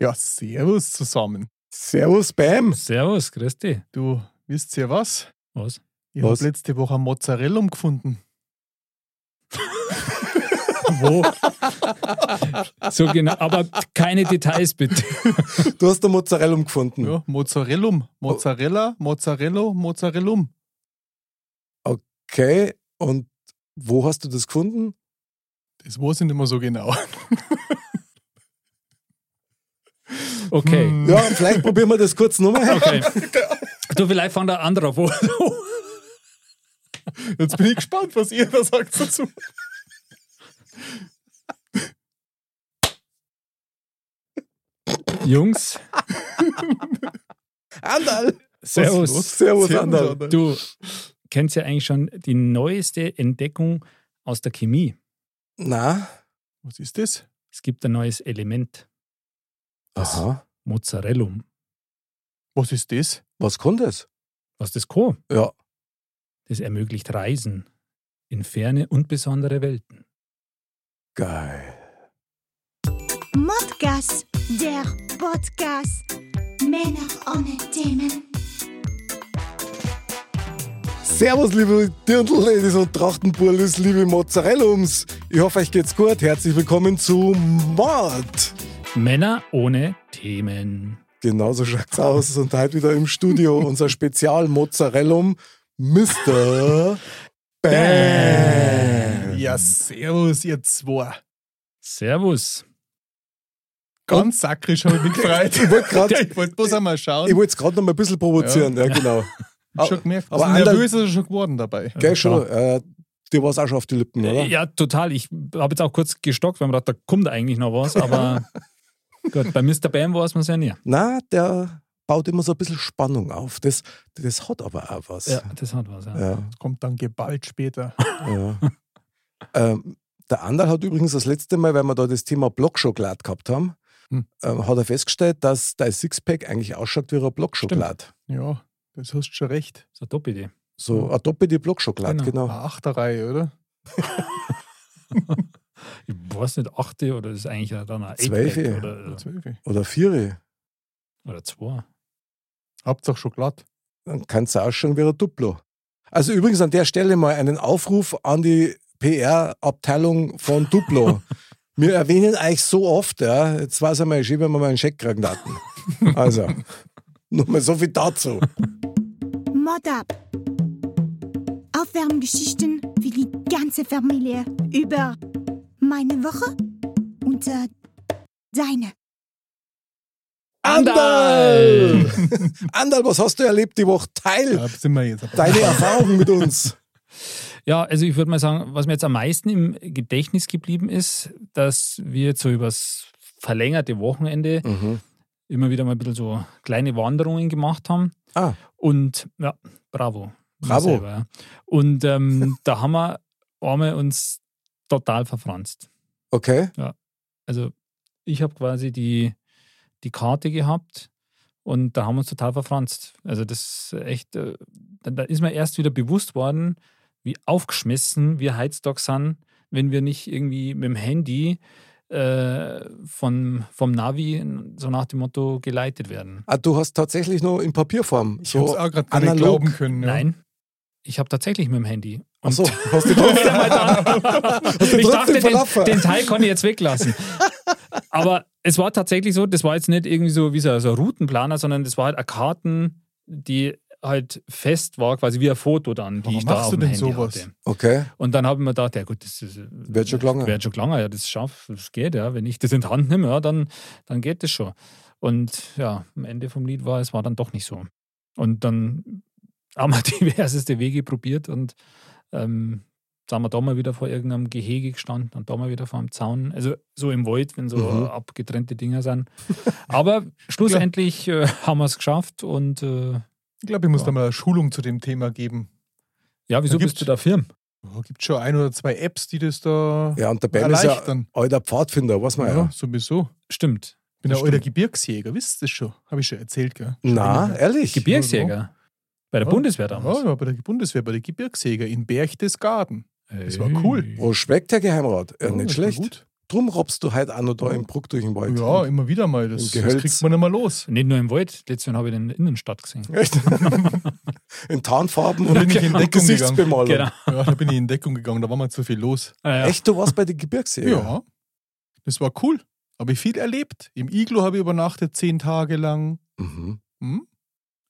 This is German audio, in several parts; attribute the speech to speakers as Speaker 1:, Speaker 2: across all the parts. Speaker 1: Ja, servus zusammen.
Speaker 2: Servus, Bam.
Speaker 3: Servus, grüß dich.
Speaker 1: Du, wisst ihr was?
Speaker 3: Was?
Speaker 1: Ich
Speaker 2: Was?
Speaker 1: habe letzte Woche ein Mozzarella gefunden.
Speaker 3: Wo?
Speaker 1: Ah.
Speaker 3: so genau, aber keine Details bitte.
Speaker 2: Du hast da Mozzarella gefunden.
Speaker 1: Ja, Mozzarellum. Mozzarella, Mozzarello, Mozzarellum.
Speaker 2: Okay, und wo hast du das gefunden?
Speaker 1: Das weiß ich nicht mehr so genau.
Speaker 3: Okay.
Speaker 1: Hm.
Speaker 2: Ja, vielleicht probieren wir das kurz nochmal.
Speaker 3: Okay. Du, vielleicht von der anderen, wo
Speaker 1: Jetzt bin ich gespannt, was ihr da sagt dazu.
Speaker 3: Jungs,
Speaker 2: Anderl.
Speaker 3: servus.
Speaker 1: los?
Speaker 2: Servus,
Speaker 1: Servus,
Speaker 2: Anderl.
Speaker 1: Anderl.
Speaker 3: Du kennst ja eigentlich schon die neueste Entdeckung aus der Chemie.
Speaker 2: Na?
Speaker 1: Was ist das?
Speaker 3: Es gibt ein neues Element,
Speaker 2: Aha.
Speaker 3: Mozzarellum.
Speaker 1: Was ist das?
Speaker 2: Was kann das?
Speaker 3: Was das Co?
Speaker 2: Ja.
Speaker 3: Das ermöglicht Reisen in ferne und besondere Welten.
Speaker 2: Geil.
Speaker 4: Modcast, der Podcast. Männer ohne Themen.
Speaker 2: Servus, liebe Dirndl-Ladies und Trachtenburlis, liebe Mozzarellums. Ich hoffe, euch geht's gut. Herzlich willkommen zu Mord.
Speaker 3: Männer ohne Themen.
Speaker 2: Genauso schaut's aus. Und heute wieder im Studio unser Spezial-Mozzarellum, Mr. Bam.
Speaker 1: Ja, servus, ihr zwei.
Speaker 3: Servus.
Speaker 1: Ganz sakrisch habe ich mich gefreut.
Speaker 2: Ich wollte gerade
Speaker 1: Ich wollte bloß einmal
Speaker 2: Ich
Speaker 1: schauen.
Speaker 2: wollte es gerade noch mal ein bisschen provozieren, ja, genau.
Speaker 1: Ich hab schon gemerkt.
Speaker 2: aber
Speaker 1: Aber
Speaker 2: Anderl-
Speaker 1: nervös ist er schon geworden dabei.
Speaker 2: Gell, schon. Äh, dir war es auch schon auf die Lippen, oder?
Speaker 3: Ja, total. Ich habe jetzt auch kurz gestockt, weil man dachte, da kommt eigentlich noch was, aber gut, bei Mr. Bam war es mir sehr näher.
Speaker 2: Na, der baut immer so ein bisschen Spannung auf. Das, das hat aber auch was.
Speaker 3: Ja, das hat was. Ja.
Speaker 2: Ja,
Speaker 1: Kommt dann geballt später.
Speaker 2: ja. ähm, der Anderl hat übrigens das letzte Mal, weil wir da das Thema Blockschokolade gehabt haben,
Speaker 1: Hm.
Speaker 2: ähm, hat er festgestellt, dass dein Sixpack eigentlich ausschaut wie eine Blockschokolade.
Speaker 1: Ja, das hast du schon recht.
Speaker 3: So eine Top-Idee.
Speaker 2: So eine doppelte Blockschokolade,
Speaker 3: Genau.
Speaker 2: genau.
Speaker 1: Eine Achterreihe, oder?
Speaker 3: Ich weiß nicht, achte oder ist eigentlich dann ein
Speaker 2: Zwölfe.
Speaker 3: Eight-Pack oder,
Speaker 1: Zwölf.
Speaker 2: Oder Viere.
Speaker 3: oder zwei.
Speaker 1: Hauptsache Schokolade.
Speaker 2: dann kann es ausschauen wie ein Duplo. Also übrigens an der Stelle mal einen Aufruf an die PR-Abteilung von Duplo. Wir erwähnen euch so oft, ja. Jetzt weiß ich mal, ich schiebe mir mal einen Scheck kriegen Daten. Also, nur mal so viel dazu.
Speaker 4: Mod ab. Aufwärmgeschichten für die ganze Familie über meine Woche und äh, deine.
Speaker 3: Äh.
Speaker 2: Andal! Andal, was hast du erlebt die Woche? Teil
Speaker 1: Da sind wir jetzt. aber.
Speaker 2: deine Erfahrungen mit uns.
Speaker 3: Ja, also ich würde mal sagen, was mir jetzt am meisten im Gedächtnis geblieben ist, dass wir jetzt so übers verlängerte Wochenende
Speaker 1: Mhm.
Speaker 3: immer wieder mal ein bisschen so kleine Wanderungen gemacht haben.
Speaker 2: Ah,
Speaker 3: Und ja, bravo. Mir
Speaker 2: Bravo.
Speaker 3: ja. Und ähm, da haben wir einmal uns total verfranst.
Speaker 2: okay.
Speaker 3: Also ich habe quasi die, die Karte gehabt und da haben wir uns total verfranst. Also das ist echt, äh, da, da ist mir erst wieder bewusst worden, wie aufgeschmissen wir Heizdogs sind, wenn wir nicht irgendwie mit dem Handy äh, von, vom Navi so nach dem Motto geleitet werden.
Speaker 2: Ah, du hast tatsächlich noch in Papierform.
Speaker 1: Ich hab's
Speaker 2: So,
Speaker 1: auch gerade nicht
Speaker 2: analog.
Speaker 1: glauben können. Ja.
Speaker 3: Nein, ich habe tatsächlich mit dem Handy.
Speaker 2: ach
Speaker 3: Und
Speaker 2: so, hast du
Speaker 3: Wieder mal da.
Speaker 2: den
Speaker 3: Ich dachte,
Speaker 2: trotzdem verlaufen?
Speaker 3: den, den Teil kann ich jetzt weglassen. Aber es war tatsächlich so, das war jetzt nicht irgendwie so wie so ein so ein Routenplaner, sondern das war halt eine Karten, die halt fest war, quasi wie ein Foto dann, die
Speaker 1: Warum
Speaker 3: ich da
Speaker 1: machst
Speaker 3: auf
Speaker 1: du
Speaker 3: dem
Speaker 1: denn
Speaker 3: Handy
Speaker 1: sowas?
Speaker 3: hatte.
Speaker 2: Okay.
Speaker 3: Und dann habe ich mir gedacht, ja gut, das ist, wird
Speaker 2: schon gelangen.
Speaker 3: Wird schon gelangen, ja, das schafft, das geht, ja. Wenn ich das in die Hand nehme, ja, dann, dann geht das schon. Und ja, am Ende vom Lied war, es war dann doch nicht so. Und dann haben wir diverseste Wege probiert und ähm, sind wir da mal wieder vor irgendeinem Gehege gestanden und da mal wieder vor einem Zaun. Also so im Wald, wenn so
Speaker 2: Mhm.
Speaker 3: abgetrennte Dinger sind. Aber schlussendlich äh, haben wir es geschafft und äh,
Speaker 1: Ich glaube, ich muss
Speaker 3: Ja.
Speaker 1: da mal eine Schulung zu dem Thema geben.
Speaker 3: ja, wieso
Speaker 1: gibt's-
Speaker 3: bist du da firm?
Speaker 1: Ja, gibt schon ein oder zwei Apps, die das da
Speaker 2: Ja, und der Bam ist ja
Speaker 1: erleichtern.
Speaker 2: alter Pfadfinder, weiß man ja.
Speaker 1: sowieso.
Speaker 3: Stimmt.
Speaker 1: Ich bin
Speaker 3: Das
Speaker 1: ein alter Gebirgsjäger, wisst ihr das schon? Habe ich schon erzählt, gell?
Speaker 2: Na, ehrlich?
Speaker 3: Gebirgsjäger. Bei der
Speaker 1: Ja.
Speaker 3: Bundeswehr
Speaker 1: Ja,
Speaker 3: damals.
Speaker 1: ja, bei der Bundeswehr, bei der Gebirgsjäger in Berchtesgaden.
Speaker 3: Hey.
Speaker 1: Das war cool.
Speaker 3: Äh,
Speaker 2: Wo Oh, schmeckt der Geheimrat? Ja,
Speaker 1: Ja,
Speaker 2: nicht
Speaker 1: das war
Speaker 2: schlecht.
Speaker 1: Gut.
Speaker 2: Drum robbst du halt auch noch da im Bruck durch den Wald.
Speaker 1: Ja, immer wieder mal.
Speaker 2: Im
Speaker 1: Das, das
Speaker 2: Gehölz.
Speaker 1: kriegt man immer los.
Speaker 3: Nicht nur im Wald, letztes Jahr habe ich den in der Innenstadt gesehen.
Speaker 2: Echt? In Tarnfarben und
Speaker 1: Da bin ich in
Speaker 2: mit
Speaker 1: Deckung gegangen.
Speaker 2: Gesichtsbemalung.
Speaker 3: Genau.
Speaker 1: Ja, da bin ich in Deckung gegangen, da war mal zu viel los.
Speaker 3: Ah, ja.
Speaker 2: Also Echt, du warst bei den Gebirgsjägern?
Speaker 1: Ja. Das war cool. Habe ich viel erlebt. Im Iglo habe ich übernachtet, zehn Tage lang.
Speaker 2: Mhm.
Speaker 1: Hm?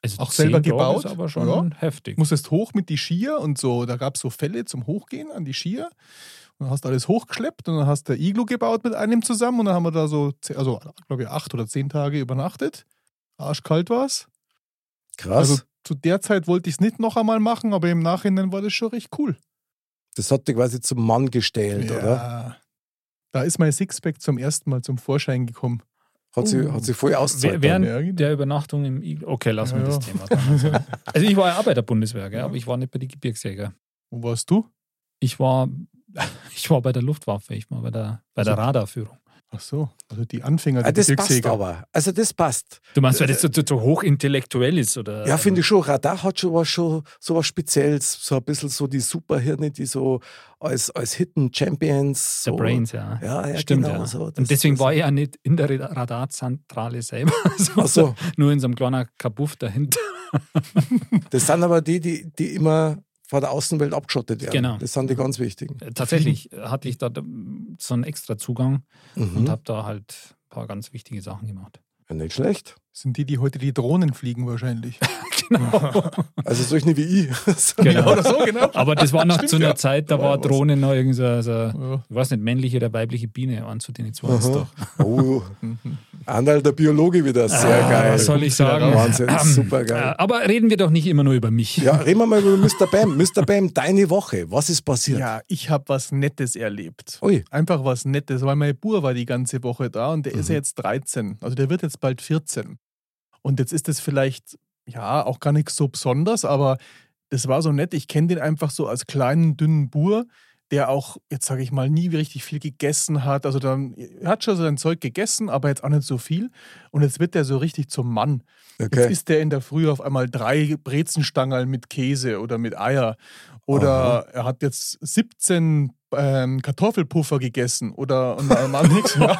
Speaker 3: Also
Speaker 1: Auch
Speaker 3: zehn
Speaker 1: selber
Speaker 3: Tage
Speaker 1: gebaut?
Speaker 3: Ist aber schon
Speaker 1: Ja.
Speaker 3: heftig.
Speaker 1: Musstest hoch mit die Skier und so. Da gab es so Fälle zum Hochgehen an die Skier. Und dann hast du alles hochgeschleppt und dann hast du ein Iglo gebaut mit einem zusammen. Und dann haben wir da so, ze- also glaube ich, acht oder zehn Tage übernachtet. Arschkalt war's.
Speaker 2: Krass.
Speaker 1: Also zu der Zeit wollte ich es nicht noch einmal machen, aber im Nachhinein war das schon recht cool.
Speaker 2: das hat dich quasi zum Mann gestellt, oder?
Speaker 1: Da ist mein Sixpack zum ersten Mal zum Vorschein gekommen.
Speaker 2: Hat sie,
Speaker 3: Uh.
Speaker 2: hat sie voll
Speaker 3: Wer-
Speaker 2: ausgezahlt. dann.
Speaker 1: Ja, genau.
Speaker 3: Während der Übernachtung im Igel. Okay, lass
Speaker 1: Ja,
Speaker 3: mir
Speaker 1: ja.
Speaker 3: das Thema. dann. Also, also ich war ja auch bei der Bundeswehr, gell? aber ich war nicht bei den Gebirgsjäger.
Speaker 1: Wo warst du?
Speaker 3: Ich war, ich war bei der Luftwaffe, ich war bei der, bei der Radarführung.
Speaker 1: Ach so, also die Anfänger
Speaker 2: Ah,
Speaker 1: der
Speaker 2: das passt
Speaker 1: Bezirksjäger.
Speaker 2: aber. Also das passt.
Speaker 3: Du meinst, weil das so, so, so hochintellektuell ist? Oder?
Speaker 2: Ja, finde ich schon. Radar hat schon was, schon so was Spezielles. So ein bisschen so die Superhirne, die so als, als Hidden Champions. So.
Speaker 3: Der also Brains, ja.
Speaker 2: Ja, ja,
Speaker 3: Stimmt,
Speaker 2: genau
Speaker 3: ja.
Speaker 2: so. Das-
Speaker 3: Und deswegen
Speaker 2: das-
Speaker 3: war ich ja nicht in der Ra- Radarzentrale selber,
Speaker 2: Ach so.
Speaker 3: sondern nur in so einem kleinen Kabuff dahinter.
Speaker 2: Das sind aber die, die, die immer vor der Außenwelt abgeschottet werden.
Speaker 3: Genau.
Speaker 2: Das sind die ganz wichtigen.
Speaker 3: Tatsächlich hatte ich da ähm, so einen extra Zugang und
Speaker 2: Mhm.
Speaker 3: habe da halt ein paar ganz wichtige Sachen gemacht.
Speaker 2: Ja, nicht schlecht.
Speaker 1: Sind die, die heute die Drohnen fliegen wahrscheinlich.
Speaker 3: Genau.
Speaker 2: Also solche wie ich. So.
Speaker 3: genau.
Speaker 1: Oder so, genau.
Speaker 3: Aber das war noch
Speaker 1: Stimmt,
Speaker 3: zu einer
Speaker 1: ja.
Speaker 3: Zeit, da
Speaker 1: Da
Speaker 3: war
Speaker 1: war was.
Speaker 3: Drohne noch irgendwie so, also,
Speaker 1: Ja.
Speaker 3: ich weiß nicht, männliche oder weibliche Biene waren zu denen zwei.
Speaker 2: Aha.
Speaker 3: doch.
Speaker 2: Oh, Anderl, der Biologe wieder. Sehr
Speaker 3: Ah,
Speaker 2: geil.
Speaker 3: Was soll ich sagen?
Speaker 2: Wahnsinn, super
Speaker 3: Äh,
Speaker 2: geil.
Speaker 3: Aber reden wir doch nicht immer nur über mich.
Speaker 2: Ja, reden wir mal über Mr. Bam. Mr. Bam, deine Woche. Was ist passiert?
Speaker 1: Ja, ich habe was Nettes erlebt.
Speaker 2: Ui.
Speaker 1: Einfach was Nettes, weil mein Bur war die ganze Woche da und der ist
Speaker 2: Mhm.
Speaker 1: ja jetzt 13. Also der wird jetzt bald 14. Und jetzt ist es vielleicht, ja, auch gar nichts so besonders, aber das war so nett. Ich kenne den einfach so als kleinen, dünnen Bur, der auch, jetzt sage ich mal, nie richtig viel gegessen hat. Also dann er hat schon sein Zeug gegessen, aber jetzt auch nicht so viel. Und jetzt wird der so richtig zum Mann. Jetzt
Speaker 2: Okay.
Speaker 1: isst der in der Früh auf einmal drei Brezenstangerl mit Käse oder mit Eier. Oder er hat jetzt 17 ähm, Kartoffelpuffer gegessen. Oder und am Abend nichts. Ja,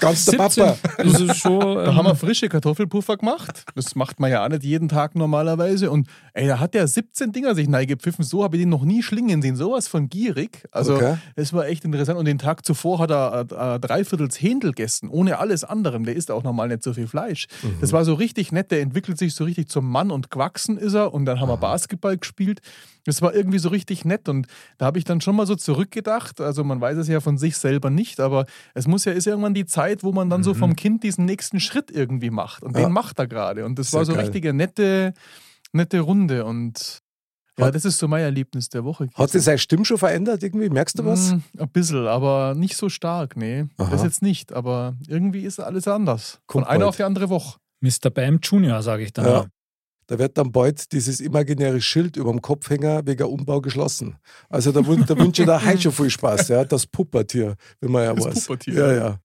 Speaker 2: Ganz der
Speaker 3: 17,
Speaker 2: Papa.
Speaker 3: Das ist schon,
Speaker 1: Da haben wir
Speaker 3: ähm,
Speaker 1: frische Kartoffelpuffer gemacht. Das macht man ja auch nicht jeden Tag normalerweise. Und ey, da hat der 17 Dinger sich neigepfiffen. So habe ich den noch nie schlingen sehen. Sowas von gierig. Also
Speaker 2: Okay.
Speaker 1: das war echt interessant. Und den Tag zuvor hat er äh, äh, dreiviertels Händel gegessen, ohne alles anderem. Der isst auch normal nicht so viel Fleisch. Das war so richtig nett. Der entwickelt sich so richtig zum Mann und gewachsen ist er. Und dann haben wir Basketball gespielt. Das war irgendwie so richtig nett. Und da habe ich dann schon mal so zurückgedacht. Also man weiß es ja von sich selber nicht, aber es muss ja, ist ja irgendwann die Zeit, wo man dann so vom Kind diesen nächsten Schritt irgendwie macht. Und
Speaker 2: Mhm. Ja.
Speaker 1: den macht er gerade. Und das
Speaker 2: Sehr
Speaker 1: war so
Speaker 2: geil.
Speaker 1: richtige nette, nette Runde. Und ja,
Speaker 2: Hat-
Speaker 1: das ist so mein Erlebnis der Woche.
Speaker 2: Hat sich seine Stimme schon verändert irgendwie? Merkst du was?
Speaker 1: Mm, Ein bisschen, aber nicht so stark, nee.
Speaker 2: Aha.
Speaker 1: Das jetzt nicht, aber irgendwie ist alles anders. Von
Speaker 2: Kommt
Speaker 1: einer
Speaker 2: bald.
Speaker 1: auf die andere Woche.
Speaker 3: Mr. Bam Junior, sage ich dann.
Speaker 2: Ja. Da wird dann bald dieses imaginäre Schild über dem Kopfhänger wegen Umbau geschlossen. Also da, wün- da wünsche ich dir heute schon viel Spaß, ja. Das Puppertier, wie man ja
Speaker 1: Das
Speaker 2: weiß.
Speaker 1: Puppertier.
Speaker 2: Ja, ja.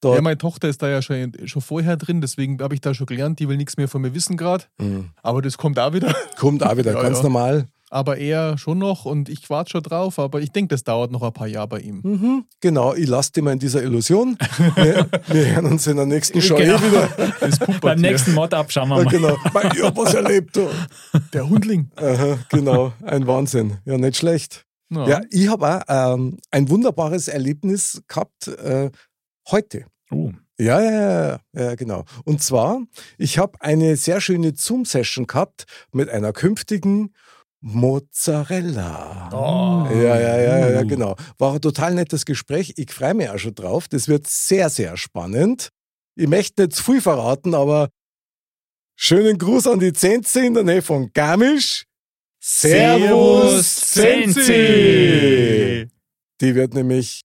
Speaker 2: Da,
Speaker 1: Ja, meine Tochter ist da ja schon, schon vorher drin, deswegen habe ich da schon gelernt, die will nichts mehr von mir wissen gerade.
Speaker 2: Mhm.
Speaker 1: Aber das kommt da wieder.
Speaker 2: kommt auch wieder,
Speaker 1: Ja,
Speaker 2: ganz
Speaker 1: ja.
Speaker 2: normal.
Speaker 1: Aber er schon noch und ich warte schon drauf, aber ich denke, das dauert noch ein paar Jahre bei ihm.
Speaker 2: Mhm. Genau, ich lasse dich mal in dieser Illusion. Wir, wir hören uns in der nächsten Show eh
Speaker 3: Genau.
Speaker 2: wieder.
Speaker 1: Das
Speaker 3: Beim
Speaker 1: Puppertier.
Speaker 3: nächsten Mod ab schauen wir
Speaker 2: Ja,
Speaker 3: mal.
Speaker 2: genau. Mein, ich hab was erlebt. du.
Speaker 1: Der Hundling.
Speaker 2: Aha, genau, ein Wahnsinn. Ja, nicht schlecht.
Speaker 1: Ja.
Speaker 2: Ja, ich habe auch ähm, ein wunderbares Erlebnis gehabt äh, heute.
Speaker 3: Oh,
Speaker 2: Ja, ja, ja, ja, ja, genau. Und zwar, ich habe eine sehr schöne Zoom-Session gehabt mit einer künftigen Mozzarella.
Speaker 3: Oh.
Speaker 2: Ja, ja, ja, ja, ja,
Speaker 3: Uh.
Speaker 2: genau. War ein total nettes Gespräch. Ich freue mich auch schon drauf. Das wird sehr, sehr spannend. Ich möchte nicht zu viel verraten, aber schönen Gruß an die Zenzi in der Nähe von Garmisch.
Speaker 3: Servus, Zenzi!
Speaker 2: Die wird nämlich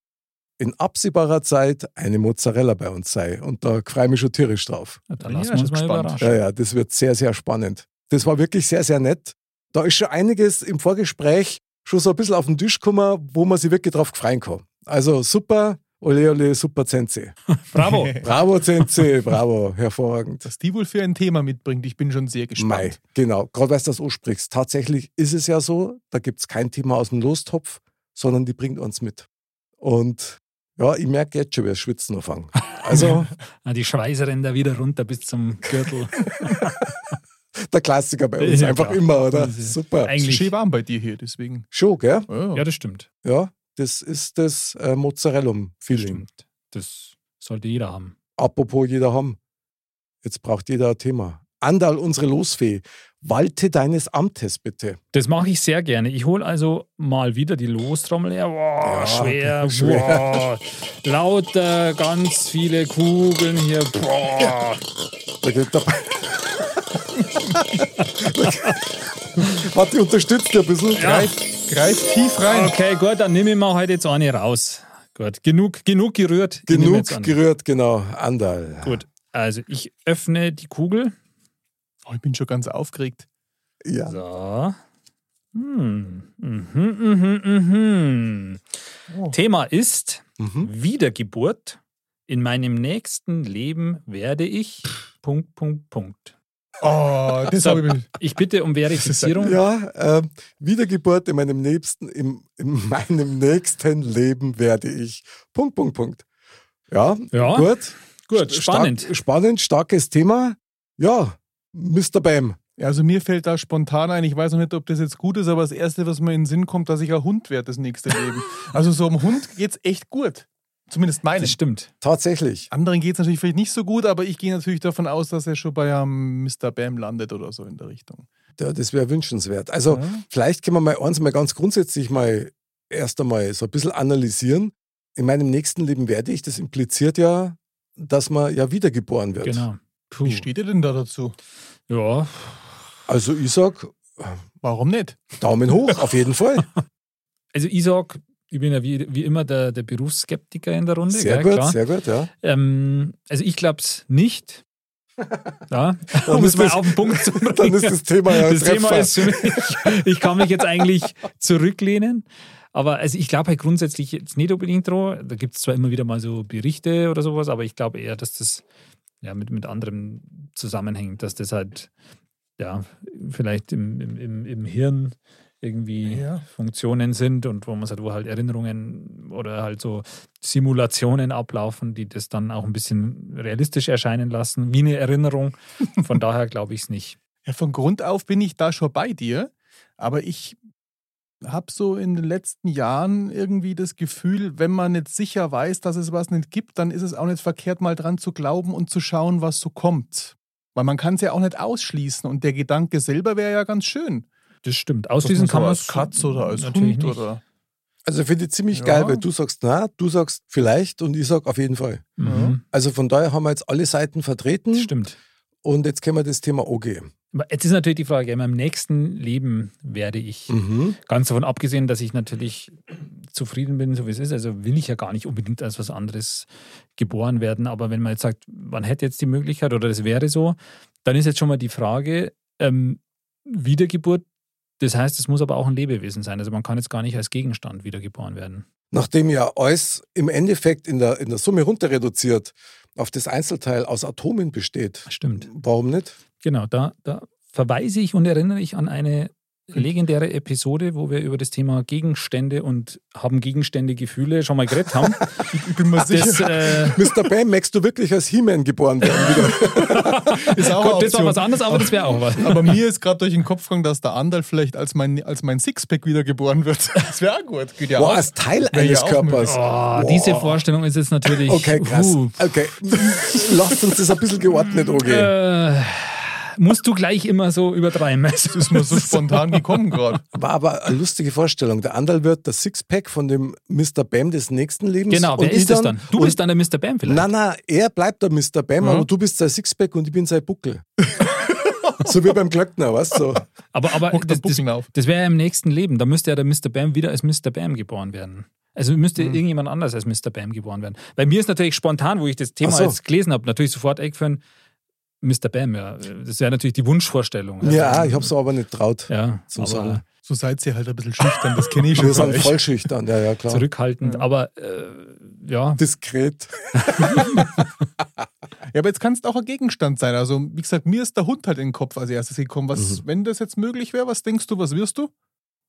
Speaker 2: in absehbarer Zeit eine Mozzarella bei uns sein. Und da freue ich mich schon tierisch drauf.
Speaker 3: na, dann
Speaker 1: Ja,
Speaker 3: lassen wir uns
Speaker 1: schon
Speaker 3: mal
Speaker 1: gespannt.
Speaker 3: überraschen.
Speaker 2: Ja, ja, das wird sehr, sehr spannend. Das war wirklich sehr, sehr nett. Da ist schon einiges im Vorgespräch schon so ein bisschen auf den Tisch gekommen, wo man sich wirklich drauf freuen kann. Also super, ole ole, super Zenzi.
Speaker 3: Bravo.
Speaker 2: Bravo Zenzi, bravo, hervorragend.
Speaker 1: Was die wohl für ein Thema mitbringt, ich bin schon sehr gespannt.
Speaker 2: Mai, genau, gerade weil du das ansprichst. Tatsächlich ist es ja so, da gibt es kein Thema aus dem Lostopf, sondern die bringt uns mit. Und Ja, ich merke jetzt schon, wie das Schwitzen anfangen. Also
Speaker 3: Ah, Die Schweißränder wieder runter bis zum Gürtel.
Speaker 2: der Klassiker bei uns
Speaker 3: Ja,
Speaker 2: einfach
Speaker 3: klar.
Speaker 2: immer, oder?
Speaker 3: Das ist
Speaker 2: Super.
Speaker 1: Es ist
Speaker 3: Eigentlich.
Speaker 1: schön warm bei dir hier, deswegen.
Speaker 2: Schon, gell?
Speaker 1: Ja.
Speaker 3: Ja, das stimmt.
Speaker 2: Ja, das ist das äh, Mozzarellum-Feeling.
Speaker 3: stimmt. Das sollte jeder haben.
Speaker 2: Apropos jeder haben. Jetzt braucht jeder ein Thema. Andal, unsere Losfee, walte deines Amtes bitte.
Speaker 3: Das mache ich sehr gerne. Ich hole also mal wieder die Lostrommel her. Wow,
Speaker 2: Ja,
Speaker 3: schwer,
Speaker 2: schwer.
Speaker 3: Wow. Lauter, ganz viele Kugeln hier. Boah.
Speaker 2: Da geht der Hat die unterstützt ein bisschen.
Speaker 3: Ja.
Speaker 1: Greif tief rein.
Speaker 3: Okay, gut, dann nehme ich mal heute jetzt eine raus. Gut, genug, genug gerührt. Ich nehme jetzt
Speaker 2: Genug
Speaker 3: an.
Speaker 2: gerührt, genau. Andal.
Speaker 3: Gut, also ich öffne die Kugel.
Speaker 1: Oh, ich bin schon ganz aufgeregt.
Speaker 2: Ja.
Speaker 3: So. Hm. Mhm, mhm, mhm.
Speaker 1: Oh.
Speaker 3: Thema ist
Speaker 2: Mhm.
Speaker 3: Wiedergeburt. In meinem nächsten Leben werde ich. Punkt, Punkt, Punkt.
Speaker 1: Oh, das
Speaker 3: So.
Speaker 1: habe ich. mir-
Speaker 3: Ich bitte um Verifizierung.
Speaker 2: Ja, äh, Wiedergeburt in meinem nächsten, im, in meinem nächsten Leben werde ich. Punkt, Punkt, Punkt. Ja,
Speaker 3: Ja,
Speaker 2: gut. Stark-
Speaker 3: gut, spannend.
Speaker 2: Spannend, starkes Thema. Ja, Mr. Bam.
Speaker 1: Ja, Also mir fällt da spontan ein, ich weiß noch nicht, ob das jetzt gut ist, aber das Erste, was mir in den Sinn kommt, dass ich ein Hund werde das nächste Leben. Also so einem Hund geht's echt gut. Zumindest meinem.
Speaker 3: Das stimmt.
Speaker 2: Tatsächlich.
Speaker 1: Anderen geht es natürlich vielleicht nicht so gut, aber ich gehe natürlich davon aus, dass er schon bei einem Mr. Bam landet oder so in der Richtung.
Speaker 2: Ja, das wäre wünschenswert. Also,
Speaker 1: Ja.
Speaker 2: vielleicht können wir mal eins mal ganz grundsätzlich mal erst einmal so ein bisschen analysieren. In meinem nächsten Leben werde ich, das impliziert ja, dass man ja wiedergeboren wird.
Speaker 3: Genau. Puh.
Speaker 1: Wie steht ihr denn da dazu?
Speaker 3: Ja,
Speaker 2: Also, ich sag,
Speaker 1: Warum nicht?
Speaker 2: Daumen hoch, auf jeden Fall.
Speaker 3: also ich sag, ich bin ja wie, wie immer der, der Berufsskeptiker in der Runde.
Speaker 2: Sehr
Speaker 3: gell,
Speaker 2: gut,
Speaker 3: klar.
Speaker 2: sehr gut, ja.
Speaker 3: Ähm, also ich glaube es nicht. Ja, um
Speaker 2: ist
Speaker 3: es mal
Speaker 2: das-
Speaker 3: auf den Punkt zu bringen.
Speaker 2: Dann ist das Thema ja
Speaker 3: das Thema
Speaker 2: Treffer.
Speaker 3: ist für mich, ich kann mich jetzt eigentlich zurücklehnen. Aber also ich glaube halt grundsätzlich jetzt nicht unbedingt dran. Da gibt es zwar immer wieder mal so Berichte oder sowas, aber ich glaube eher, dass das ja, mit, mit anderem zusammenhängt, dass das halt ja vielleicht im, im, im, im Hirn irgendwie
Speaker 1: Ja.
Speaker 3: Funktionen sind und wo man sagt, wo halt Erinnerungen oder halt so Simulationen ablaufen, die das dann auch ein bisschen realistisch erscheinen lassen, wie eine Erinnerung. Von daher glaube ich es nicht.
Speaker 1: Ja, von Grund auf bin ich da schon bei dir, aber ich habe so in den letzten Jahren irgendwie das Gefühl, wenn man nicht sicher weiß, dass es was nicht gibt, dann ist es auch nicht verkehrt, mal dran zu glauben und zu schauen, was so kommt. Weil man kann es ja auch nicht ausschließen und der Gedanke selber wäre ja ganz schön.
Speaker 3: Das stimmt.
Speaker 1: Dass
Speaker 3: Ausschließen
Speaker 1: man so
Speaker 3: kann man
Speaker 1: als Katze oder als
Speaker 3: natürlich
Speaker 1: Hund
Speaker 3: nicht.
Speaker 1: oder.
Speaker 2: Also finde ich ziemlich
Speaker 1: Ja.
Speaker 2: geil, weil du sagst na, du sagst vielleicht und ich sag auf jeden Fall.
Speaker 3: Mhm.
Speaker 2: Also von daher haben wir jetzt alle Seiten vertreten
Speaker 3: Das stimmt.
Speaker 2: und jetzt können wir das Thema angehen.
Speaker 3: Aber Jetzt ist natürlich die Frage, in meinem nächsten Leben werde ich,
Speaker 2: Mhm.
Speaker 3: ganz davon abgesehen, dass ich natürlich zufrieden bin, so wie es ist, also will ich ja gar nicht unbedingt als was anderes geboren werden, aber wenn man jetzt sagt, man hätte jetzt die Möglichkeit oder das wäre so, dann ist jetzt schon mal die Frage, ähm, Wiedergeburt, das heißt, es muss aber auch ein Lebewesen sein, also man kann jetzt gar nicht als Gegenstand wiedergeboren werden.
Speaker 2: Nachdem ja alles im Endeffekt in der, in der Summe runter reduziert auf das Einzelteil aus Atomen besteht,
Speaker 3: Stimmt.
Speaker 2: warum nicht?
Speaker 3: Genau, da, da verweise ich und erinnere ich an eine legendäre Episode, wo wir über das Thema Gegenstände und haben Gegenstände Gefühle schon mal geredet haben.
Speaker 1: Ich bin mir
Speaker 3: Das, äh,
Speaker 2: Mr. Bam, merkst du wirklich als He-Man geboren werden wieder?
Speaker 1: ist auch
Speaker 3: Gott, das war
Speaker 1: Option.
Speaker 3: was anderes, aber das wäre auch was.
Speaker 1: Aber mir ist gerade durch den Kopf gegangen, dass der Andal vielleicht als mein, als mein Sixpack wiedergeboren wird. Das wäre auch gut. Geht ja
Speaker 2: Boah,
Speaker 1: auch.
Speaker 2: als Teil
Speaker 1: Wäre ja
Speaker 2: eines
Speaker 1: auch
Speaker 2: Körpers.
Speaker 3: Oh,
Speaker 2: Wow.
Speaker 3: Diese Vorstellung ist jetzt natürlich.
Speaker 2: Okay, krass.
Speaker 3: Puh.
Speaker 2: Okay, lasst uns das ein bisschen geordnet angehen.
Speaker 3: Äh, musst du gleich immer so übertreiben. Das
Speaker 1: ist mir so spontan gekommen gerade.
Speaker 2: War aber eine lustige Vorstellung. Der Andal wird das Sixpack von dem Mr. Bam des nächsten Lebens.
Speaker 3: Genau, wer
Speaker 2: und ich
Speaker 3: ist das dann? Du
Speaker 2: und-
Speaker 3: bist Mhm. dann der Mr. Bam vielleicht.
Speaker 2: Nein, nein, er bleibt der Mr. Bam,
Speaker 3: Ja.
Speaker 2: aber du bist sein Sixpack und ich bin sein Buckel. so wie beim Glöckner, weißt du? So.
Speaker 3: aber aber
Speaker 1: Hockt der
Speaker 3: das, das,
Speaker 1: Buckel auf.
Speaker 3: das wäre ja im nächsten Leben. Da müsste ja der Mr. Bam wieder als Mr. Bam geboren werden. Also müsste
Speaker 2: Hm.
Speaker 3: irgendjemand anders als Mr. Bam geboren werden. Bei mir ist natürlich spontan, wo ich das Thema
Speaker 2: Ach so.
Speaker 3: jetzt gelesen habe, natürlich sofort eingefallen, Mr. Bam, ja. Das wäre natürlich die Wunschvorstellung. Also,
Speaker 2: Ja, ich hab's aber nicht traut.
Speaker 3: ja
Speaker 2: zum Sagen.
Speaker 3: aber
Speaker 1: So seid ihr halt ein bisschen schüchtern, das kenne ich schon
Speaker 2: Wir
Speaker 1: von
Speaker 2: sind
Speaker 1: euch.
Speaker 2: voll schüchtern, ja, ja, klar.
Speaker 3: zurückhaltend. Aber äh, ja,
Speaker 2: Diskret.
Speaker 1: Ja, aber jetzt kann es auch ein Gegenstand sein. Also, wie gesagt, mir
Speaker 2: Mhm.
Speaker 1: ist der Hund halt in den Kopf als erstes gekommen. Was, Wenn das jetzt möglich wäre, was denkst du, was wirst du?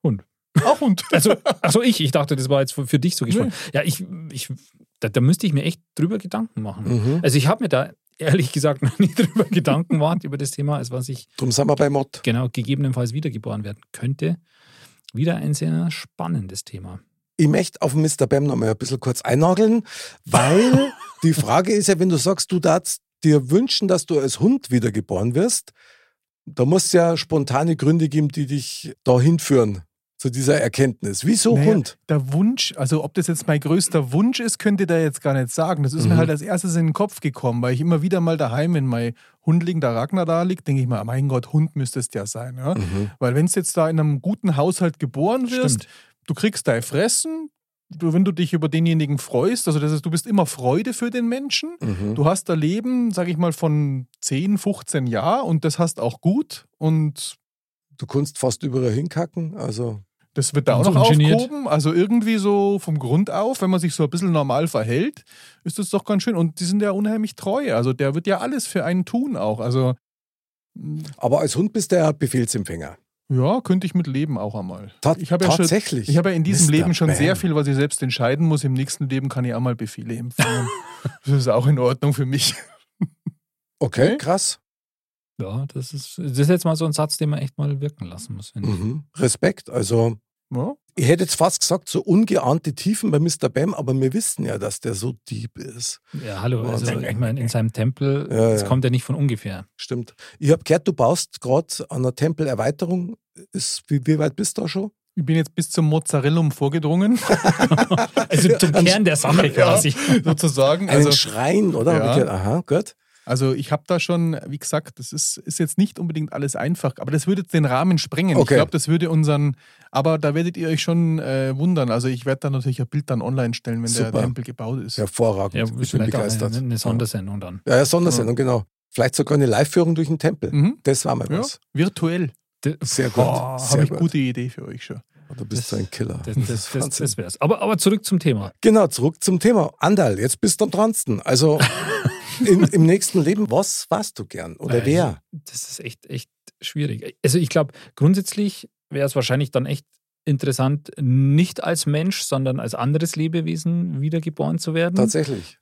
Speaker 3: Hund.
Speaker 1: Auch Hund.
Speaker 3: Also, also ich, ich dachte, das war jetzt für, für dich so gesprochen. Ja, ich, ich da, da müsste ich mir echt drüber Gedanken machen.
Speaker 2: Mhm.
Speaker 3: Also ich habe mir da ehrlich gesagt noch nie drüber Gedanken gemacht über das Thema, als was ich
Speaker 2: Drum sind wir bei Mott.
Speaker 3: genau gegebenenfalls wiedergeboren werden könnte. Wieder ein sehr spannendes Thema.
Speaker 2: Ich möchte auf Mr. Bam noch mal ein bisschen kurz einnageln, weil die Frage ist ja, wenn du sagst, du darfst dir wünschen, dass du als Hund wiedergeboren wirst, da muss es ja spontane Gründe geben, die dich dahin führen, zu dieser Erkenntnis. Wieso
Speaker 1: Naja,
Speaker 2: Hund?
Speaker 1: Der Wunsch, also ob das jetzt mein größter Wunsch ist, könnt ihr da jetzt gar nicht sagen. Das ist
Speaker 2: Mhm.
Speaker 1: mir halt als erstes in den Kopf gekommen, weil ich immer wieder mal daheim, wenn mein hundliegender Ragnar da liegt, denke ich mal, mein Gott, Hund müsste es ja sein. Ja?
Speaker 2: Mhm.
Speaker 1: Weil wenn du jetzt da in einem guten Haushalt geboren wirst,
Speaker 3: Stimmt.
Speaker 1: du kriegst dein Fressen, du, wenn du dich über denjenigen freust, also das ist, du bist immer Freude für den Menschen.
Speaker 2: Mhm.
Speaker 1: Du hast ein Leben, sag ich mal, von 10, 15 Jahren und das hast auch gut und
Speaker 2: Du kannst fast überall hinkacken, also
Speaker 1: Das wird da
Speaker 3: Und
Speaker 1: auch
Speaker 3: so
Speaker 1: noch
Speaker 3: ingeniert.
Speaker 1: aufgehoben. Also irgendwie so vom Grund auf, wenn man sich so ein bisschen normal verhält, ist das doch ganz schön. Und die sind ja unheimlich treu. Also der wird ja alles für einen tun auch. Also mh,
Speaker 2: Aber als Hund bist du ja Befehlsempfänger.
Speaker 1: ja, könnte ich mit leben auch einmal.
Speaker 2: Ta
Speaker 1: Ich habe ja, schon-
Speaker 2: tatsächlich.
Speaker 1: ich habe ja in diesem
Speaker 2: Mr.
Speaker 1: Leben schon
Speaker 2: Bam.
Speaker 1: sehr viel, was ich selbst entscheiden muss. Im nächsten Leben kann ich auch mal Befehle empfangen. das ist auch in Ordnung für mich.
Speaker 2: Okay,
Speaker 1: Okay.
Speaker 2: krass.
Speaker 3: Ja, das ist, das ist jetzt mal so ein Satz, den man echt mal wirken lassen muss. finde ich.
Speaker 2: Mhm. Respekt. Also,
Speaker 1: Ja,
Speaker 2: ich hätte jetzt fast gesagt, so ungeahnte Tiefen bei Mr. Bam, aber wir wissen ja, dass der so deep ist.
Speaker 3: Ja, hallo. Also,
Speaker 2: Wahnsinn.
Speaker 3: ich meine, in seinem Tempel,
Speaker 2: Ja,
Speaker 3: das
Speaker 2: ja.
Speaker 3: kommt ja nicht von ungefähr.
Speaker 2: Stimmt. Ich habe gehört, du baust gerade an einer Tempelerweiterung. Ist, wie, wie weit bist du da schon?
Speaker 1: ich bin jetzt bis zum Mozzarellum vorgedrungen,
Speaker 3: Also zum
Speaker 2: An-
Speaker 3: Kern der Sache quasi.
Speaker 1: sozusagen.
Speaker 2: Einen
Speaker 1: Also,
Speaker 2: Schrein, oder?
Speaker 1: Ja.
Speaker 2: Hab ich gehört, Aha, gut.
Speaker 1: Also ich habe da schon, wie gesagt, das ist, ist jetzt nicht unbedingt alles einfach, aber das würde jetzt den Rahmen sprengen.
Speaker 2: Okay.
Speaker 1: Ich glaube, das würde unseren, aber da werdet ihr euch schon äh, wundern. Also ich werde da natürlich ein Bild dann online stellen, wenn
Speaker 2: Super.
Speaker 1: der Tempel gebaut ist.
Speaker 2: Hervorragend.
Speaker 3: Ja,
Speaker 2: ich bin
Speaker 3: vielleicht auch eine,
Speaker 2: begeistert.
Speaker 3: eine Sondersendung dann.
Speaker 2: Ja, ja, Sondersendung, genau. Vielleicht sogar eine Live-Führung durch den Tempel.
Speaker 1: Mhm.
Speaker 2: Das war mal
Speaker 1: Ja,
Speaker 2: was.
Speaker 1: virtuell.
Speaker 3: D-
Speaker 2: Sehr gut.
Speaker 1: Boah,
Speaker 2: Sehr
Speaker 1: habe ich
Speaker 2: gut.
Speaker 1: gute Idee für euch schon.
Speaker 2: Du bist so ein Killer.
Speaker 3: Das, das, das,
Speaker 2: Wahnsinn.
Speaker 3: das wär's. Aber, aber zurück zum Thema.
Speaker 2: Genau, zurück zum Thema. Andal, jetzt bist du am dransten. Also in, im nächsten Leben, was warst du gern? Oder
Speaker 3: Äh,
Speaker 2: wer?
Speaker 3: Das ist echt, echt schwierig. Also ich glaube, grundsätzlich wäre es wahrscheinlich dann echt interessant, nicht als Mensch, sondern als anderes Lebewesen wiedergeboren zu werden.
Speaker 2: Tatsächlich.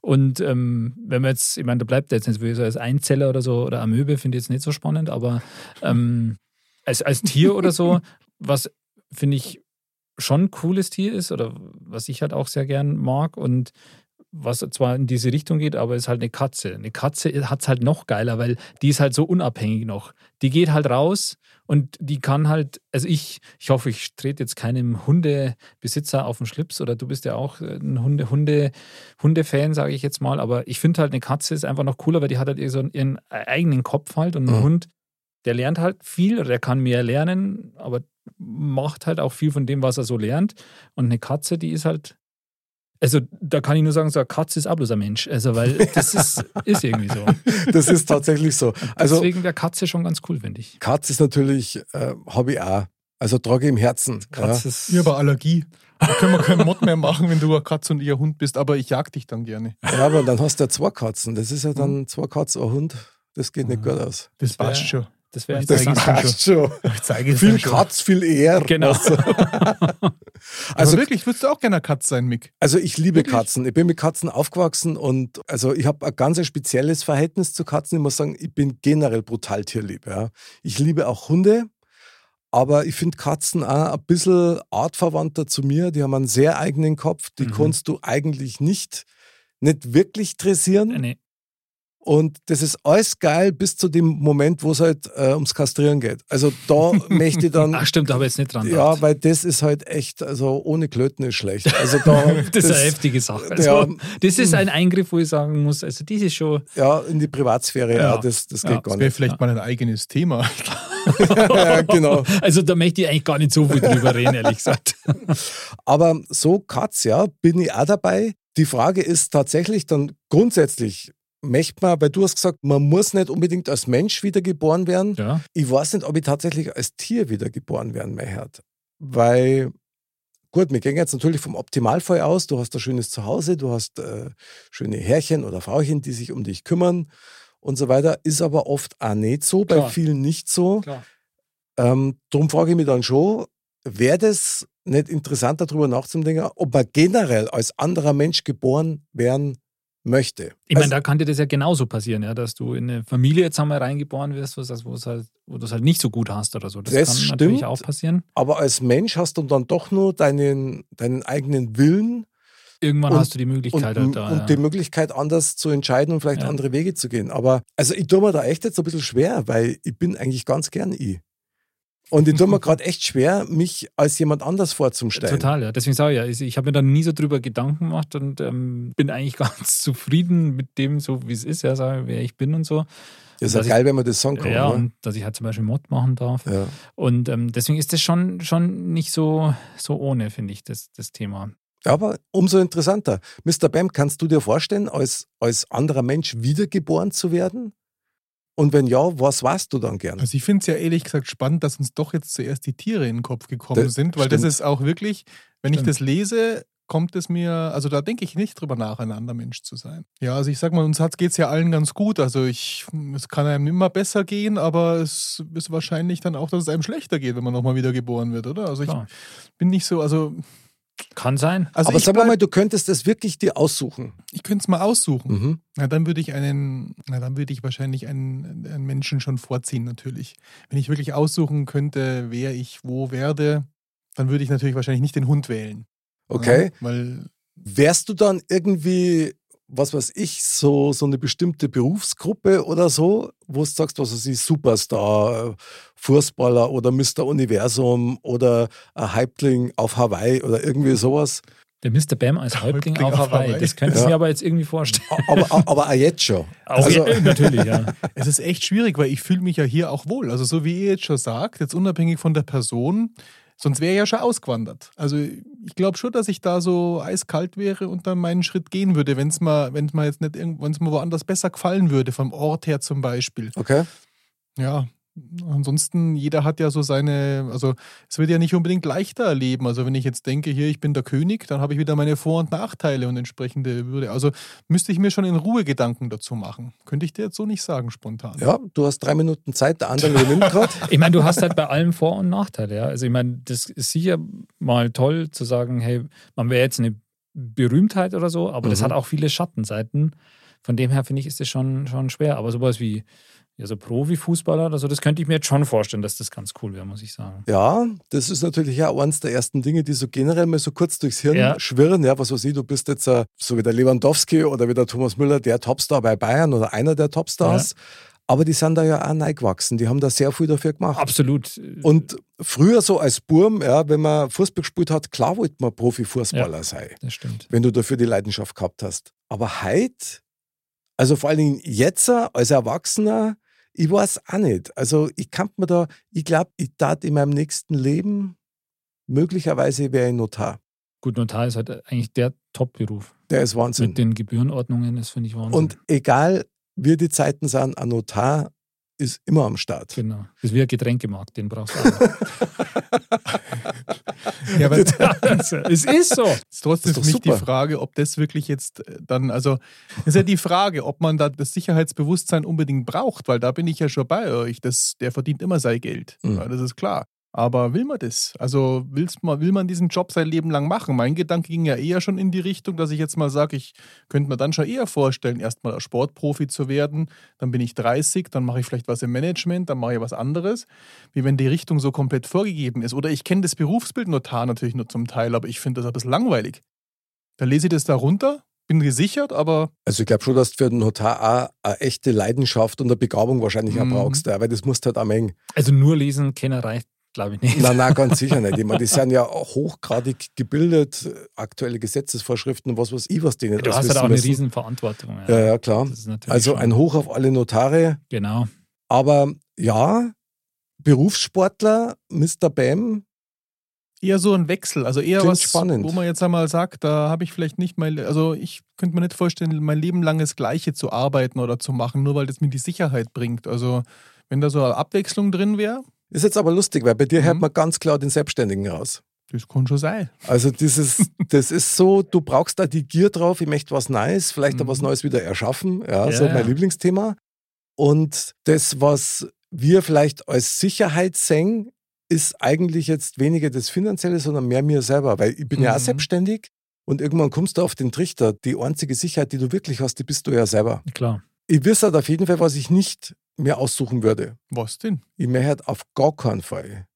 Speaker 3: Und ähm, wenn man jetzt, ich meine, da bleibt jetzt nicht so als Einzeller oder so oder Amöbe, finde ich jetzt nicht so spannend, aber ähm, als, als Tier oder so, was finde ich schon ein cooles Tier ist oder was ich halt auch sehr gern mag und was zwar in diese Richtung geht, aber ist halt eine Katze. Eine Katze hat es halt noch geiler, weil die ist halt so unabhängig noch. Die geht halt raus und die kann halt, also ich, ich hoffe, ich trete jetzt keinem Hundebesitzer auf den Schlips oder du bist ja auch äh, ein Hunde, Hunde, Hundefan, sage ich jetzt mal, aber ich finde halt, eine Katze ist einfach noch cooler, weil die hat halt eh so einen- ihren eigenen Kopf halt und ein
Speaker 2: Mhm.
Speaker 3: Hund, der lernt halt viel oder der kann mehr lernen, aber macht halt auch viel von dem, was er so lernt. Und eine Katze, die ist halt, also da kann ich nur sagen, so eine Katze ist auch bloß ein Mensch. Also, weil das ist, ist irgendwie so.
Speaker 2: Das ist tatsächlich so. Also
Speaker 3: Deswegen wäre Katze schon ganz cool, finde ich.
Speaker 2: Katz ist natürlich äh, Hobby A. Also trage ich im Herzen. Ja.
Speaker 3: Katze ist.
Speaker 1: Ich habe Allergie. Da können wir keinen Mod mehr machen, wenn du eine Katze und ihr Hund bist, aber ich jag dich dann gerne.
Speaker 2: ja, aber dann hast du ja zwei Katzen. Das ist ja
Speaker 3: Mhm.
Speaker 2: dann zwei Katzen, ein Hund. Das geht nicht gut aus.
Speaker 1: Das,
Speaker 3: wär-
Speaker 1: passt schon.
Speaker 3: das wäre
Speaker 1: Ich zeig's
Speaker 3: interessant.
Speaker 1: dir.
Speaker 2: Passt schon.
Speaker 1: Ich zeige es
Speaker 2: Viel
Speaker 1: dir schon.
Speaker 2: Katz, viel eher.
Speaker 3: Genau.
Speaker 1: Also
Speaker 2: Also
Speaker 1: wirklich, würdest du auch gerne eine Katze sein, Mick?
Speaker 2: Also ich liebe Katzen. Ich bin mit Katzen aufgewachsen und also ich habe ein ganz spezielles Verhältnis zu Katzen. Ich muss sagen, ich bin generell brutal tierlieb. Ja. Ich liebe auch Hunde, aber ich finde Katzen auch ein bisschen artverwandter zu mir. Die haben einen sehr eigenen Kopf. Die
Speaker 3: Mhm.
Speaker 2: kannst du eigentlich nicht, nicht wirklich dressieren.
Speaker 3: Nee,
Speaker 2: Und das ist alles geil bis zu dem Moment, wo es halt äh, ums Kastrieren geht. Also da möchte ich dann
Speaker 3: Ach, Ah, stimmt, da habe ich jetzt nicht dran.
Speaker 2: ja,
Speaker 3: gedacht.
Speaker 2: weil das ist halt echt, also ohne Klöten ist schlecht. Also da,
Speaker 3: das ist eine heftige Sache. Also,
Speaker 2: ja,
Speaker 3: das ist ein Eingriff, wo ich sagen muss, also das ist schon,
Speaker 2: ja, in die Privatsphäre, ja,
Speaker 3: Ja.
Speaker 2: das, das geht
Speaker 3: Genau.
Speaker 2: gar
Speaker 3: Ja,
Speaker 1: Das wäre
Speaker 2: nicht.
Speaker 1: vielleicht mal ein eigenes Thema.
Speaker 2: ja, genau.
Speaker 3: also da möchte ich eigentlich gar nicht so viel drüber reden, ehrlich gesagt.
Speaker 2: Aber so Katz, ja, bin ich auch dabei. Die Frage ist tatsächlich dann grundsätzlich, möchte man, weil du hast gesagt, man muss nicht unbedingt als Mensch wiedergeboren werden.
Speaker 3: Ja,
Speaker 2: Ich weiß nicht, ob ich tatsächlich als Tier wiedergeboren werden möchte. Weil, gut, wir gehen jetzt natürlich vom Optimalfall aus. Du hast ein schönes Zuhause, du hast äh, schöne Herrchen oder Frauchen, die sich um dich kümmern und so weiter. Ist aber oft auch nicht so, bei
Speaker 3: Klar.
Speaker 2: vielen nicht so.
Speaker 3: klar.
Speaker 2: Ähm, drum frage ich mich dann schon, wäre das nicht interessant, darüber nachzudenken, ob man generell als anderer Mensch geboren werden möchte?
Speaker 3: Ich meine,
Speaker 2: Also-
Speaker 3: da kann dir das ja genauso passieren, ja, dass du in eine Familie jetzt einmal reingeboren wirst, wo du es halt, wo du's halt nicht so gut hast oder so. Das,
Speaker 2: Das
Speaker 3: kann natürlich
Speaker 2: stimmt.
Speaker 3: auch passieren.
Speaker 2: aber als Mensch hast du dann doch nur deinen, deinen eigenen Willen
Speaker 3: Irgendwann
Speaker 2: Und-
Speaker 3: hast du die
Speaker 2: und,
Speaker 3: Möglichkeit halt da.
Speaker 2: und
Speaker 3: ja.
Speaker 2: die Möglichkeit, anders zu entscheiden und vielleicht
Speaker 3: Ja.
Speaker 2: andere Wege zu gehen. Aber also ich tue mir da echt jetzt ein bisschen schwer, weil ich bin eigentlich ganz gern ich. Und ich tue mir gerade echt schwer, mich als jemand anders vorzustellen.
Speaker 3: Total, ja. Deswegen sage ich ja, ich, ich habe mir da nie so drüber Gedanken gemacht und ähm, bin eigentlich ganz zufrieden mit dem, so wie es ist, ja, sag, ich, wer ich bin und so.
Speaker 2: Das ist ja
Speaker 3: Dass Also ich-
Speaker 2: geil, wenn man das sagen kann.
Speaker 3: ja,
Speaker 2: oder?
Speaker 3: und dass ich halt zum Beispiel Mod machen darf.
Speaker 2: ja.
Speaker 3: Und ähm, deswegen ist das schon, schon nicht so, so ohne, finde ich, das, das Thema.
Speaker 2: Aber umso interessanter. Mr. Bam, kannst du dir vorstellen, als, als anderer Mensch wiedergeboren zu werden? Und wenn ja, was warst du dann gern?
Speaker 1: Also ich finde es ja ehrlich gesagt spannend, dass uns doch jetzt zuerst die Tiere in den Kopf gekommen
Speaker 2: Das
Speaker 1: sind, weil das
Speaker 2: stimmt.
Speaker 1: ist auch wirklich, wenn ich
Speaker 3: Stimmt.
Speaker 1: das lese, kommt es mir, also da denke ich nicht drüber nach, ein anderer Mensch zu sein. Ja, also ich sag mal, uns geht es ja allen ganz gut. Also ich, es kann einem immer besser gehen, aber es ist wahrscheinlich dann auch, dass es einem schlechter geht, wenn man nochmal wieder geboren wird, oder? Also ich
Speaker 3: Klar.
Speaker 1: bin nicht so, also,
Speaker 3: Kann sein.
Speaker 1: also
Speaker 2: Aber
Speaker 1: ich,
Speaker 2: sag mal, du könntest das wirklich dir aussuchen.
Speaker 1: ich könnte es mal aussuchen.
Speaker 2: Mhm.
Speaker 1: Na, dann würde ich einen, na, dann würde ich wahrscheinlich einen, einen Menschen schon vorziehen, natürlich. Wenn ich wirklich aussuchen könnte, wer ich wo werde, dann würde ich natürlich wahrscheinlich nicht den Hund wählen.
Speaker 2: Okay.
Speaker 1: Ja, weil,
Speaker 2: Wärst du dann irgendwie, was weiß ich, so, so eine bestimmte Berufsgruppe oder so, wo du sagst, was weiß ich, Superstar, Fußballer oder Mr. Universum oder ein Häuptling auf Hawaii oder irgendwie sowas?
Speaker 3: Der Mr. Bam als Häuptling auf Hawaii. Das könnte ich
Speaker 2: Ja.
Speaker 3: mir aber jetzt irgendwie vorstellen.
Speaker 2: A- Aber, a- aber auch jetzt schon.
Speaker 3: Auch
Speaker 2: Also-
Speaker 3: ja, natürlich, ja.
Speaker 1: es ist echt schwierig, weil ich fühle mich ja hier auch wohl. Also so wie ihr jetzt schon sagt, jetzt unabhängig von der Person, sonst wäre ich ja schon ausgewandert. Also ich glaube schon, dass ich da so eiskalt wäre und dann meinen Schritt gehen würde, wenn es mal, wenn es mal jetzt nicht irgend- wenn es mir woanders besser gefallen würde, vom Ort her zum Beispiel.
Speaker 2: Okay.
Speaker 1: Ja, ansonsten, jeder hat ja so seine, also es wird ja nicht unbedingt leichter erleben. Also wenn ich jetzt denke, hier, ich bin der König, dann habe ich wieder meine Vor- und Nachteile und entsprechende Würde. Also müsste ich mir schon in Ruhe Gedanken dazu machen. Könnte ich dir jetzt so nicht sagen, spontan.
Speaker 2: Ja, du hast drei Minuten Zeit, der andere übernimmt gerade.
Speaker 3: Ich meine, du hast halt bei allem Vor- und Nachteile. Ja? Also ich meine, das ist sicher mal toll zu sagen, hey, man wäre jetzt eine Berühmtheit oder so, aber das
Speaker 2: Mhm.
Speaker 3: hat auch viele Schattenseiten. Von dem her finde ich, ist das schon, schon schwer. Aber sowas wie ja, so Profifußballer oder so, das könnte ich mir jetzt schon vorstellen, dass das ganz cool wäre, muss ich sagen.
Speaker 2: Ja, das ist natürlich auch eines der ersten Dinge, die so generell mal so kurz durchs Hirn
Speaker 3: Ja.
Speaker 2: schwirren. Ja, was weiß ich, du bist jetzt äh, so wie der Lewandowski oder wie der Thomas Müller, der Topstar bei Bayern oder einer der Topstars. Aber die sind da ja auch neigwachsen. Die haben da sehr viel dafür gemacht.
Speaker 3: Absolut. äh,
Speaker 2: Und früher so als Burm, ja, wenn man Fußball gespielt hat, klar wollte man Profifußballer sein,
Speaker 3: das stimmt.
Speaker 2: wenn du dafür die Leidenschaft gehabt hast. Aber heute, also vor allen Dingen jetzt äh, als Erwachsener, ich weiß auch nicht. Also ich kann mir da, ich glaube, ich tat in meinem nächsten Leben, möglicherweise wäre ich Notar.
Speaker 3: Gut, Notar ist halt eigentlich der Top-Beruf.
Speaker 2: Der ist Wahnsinn.
Speaker 3: Mit den Gebührenordnungen, das finde ich Wahnsinn.
Speaker 2: Und egal wie die Zeiten sind, ein Notar ist immer am Start.
Speaker 3: Genau. Das ist wie ein Getränkemarkt, den brauchst du auch.
Speaker 1: Ja, aber
Speaker 3: es ist so.
Speaker 1: ist trotzdem
Speaker 2: Ist doch
Speaker 1: für mich die
Speaker 2: super.
Speaker 1: Frage, ob das wirklich jetzt äh, dann, also ist ja die Frage, ob man da das Sicherheitsbewusstsein unbedingt braucht, weil da bin ich ja schon bei euch. Das, der verdient immer sein Geld.
Speaker 2: Mhm.
Speaker 1: Ja, das ist klar. Aber will man das? Also willst man, will man diesen Job sein Leben lang machen? Mein Gedanke ging ja eher schon in die Richtung, dass ich jetzt mal sage, ich könnte mir dann schon eher vorstellen, erstmal als Sportprofi zu werden, dann bin ich 30, dann mache ich vielleicht was im Management, dann mache ich was anderes, wie wenn die Richtung so komplett vorgegeben ist. Oder ich kenne das Berufsbild Notar natürlich nur zum Teil, aber ich finde das ein bisschen langweilig. Da lese ich das da runter, bin gesichert, aber
Speaker 2: Also ich glaube schon, dass du für den Notar auch eine echte Leidenschaft und eine Begabung wahrscheinlich auch
Speaker 1: Mhm.
Speaker 2: brauchst, ja, weil das musst du halt auch mengen.
Speaker 3: Also nur lesen, keiner reicht, glaube ich nicht.
Speaker 2: Nein, nein, ganz sicher nicht. Ich meine, die sind ja hochgradig gebildet, aktuelle Gesetzesvorschriften und was weiß ich, was denen
Speaker 3: Du
Speaker 2: alles
Speaker 3: hast halt auch
Speaker 2: wissen
Speaker 3: eine
Speaker 2: müssen.
Speaker 3: Riesenverantwortung.
Speaker 2: Ja, ja, klar.
Speaker 3: Das ist natürlich
Speaker 2: Also
Speaker 3: schon-
Speaker 2: ein Hoch auf alle Notare.
Speaker 3: Genau.
Speaker 2: Aber ja, Berufssportler, Mr. Bam,
Speaker 1: eher so ein Wechsel. Also eher
Speaker 2: Klingt
Speaker 1: was,
Speaker 2: spannend.
Speaker 1: wo man jetzt einmal sagt, da habe ich vielleicht nicht mein, also ich könnte mir nicht vorstellen, mein Leben lang das Gleiche zu arbeiten oder zu machen, nur weil das mir die Sicherheit bringt. Also wenn da so eine Abwechslung drin wäre,
Speaker 2: ist jetzt aber lustig, weil bei dir hört
Speaker 1: Mhm.
Speaker 2: man ganz klar den Selbstständigen raus.
Speaker 1: das kann schon sein.
Speaker 2: Also dieses, das ist so, du brauchst da die Gier drauf, ich möchte was Neues, vielleicht auch was
Speaker 1: Mhm.
Speaker 2: Neues wieder erschaffen. Ja,
Speaker 3: Ja,
Speaker 2: so mein
Speaker 3: ja.
Speaker 2: Lieblingsthema. Und das, was wir vielleicht als Sicherheit sehen, ist eigentlich jetzt weniger das Finanzielle, sondern mehr mir selber, weil ich bin ja auch
Speaker 1: Mhm.
Speaker 2: selbstständig und irgendwann kommst du auf den Trichter. Die einzige Sicherheit, die du wirklich hast, die bist du ja selber.
Speaker 3: Klar.
Speaker 2: Ich wüsste halt auf jeden Fall, was ich nicht mir aussuchen würde.
Speaker 1: Was denn?
Speaker 2: Ich möchte auf gar keinen Fall,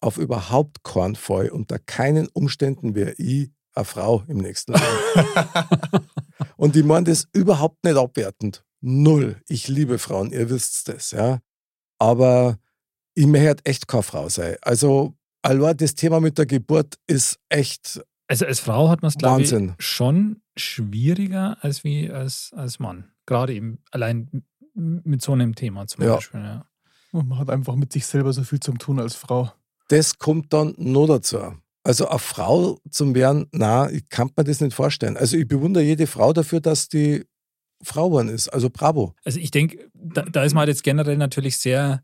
Speaker 2: auf überhaupt keinen Fall, unter keinen Umständen wäre ich eine Frau im nächsten Leben. Und ich meine das überhaupt nicht abwertend. Null. Ich liebe Frauen, ihr wisst das, ja. Aber ich möchte echt keine Frau sein. Also, allein das Thema mit der Geburt ist echt,
Speaker 3: Also als Frau hat man es, glaube ich,
Speaker 2: Wahnsinn.
Speaker 3: schon schwieriger als wie als, als Mann. Gerade eben allein m- mit so einem Thema zum
Speaker 2: Ja.
Speaker 3: Beispiel. Ja.
Speaker 1: Und man hat einfach mit sich selber so viel zum Tun als Frau.
Speaker 2: das kommt dann noch dazu. Also eine Frau zum werden, na, ich kann mir das nicht vorstellen. Also ich bewundere jede Frau dafür, dass die Frau geworden ist. Also bravo.
Speaker 3: Also ich denke, da, da ist man halt jetzt generell natürlich sehr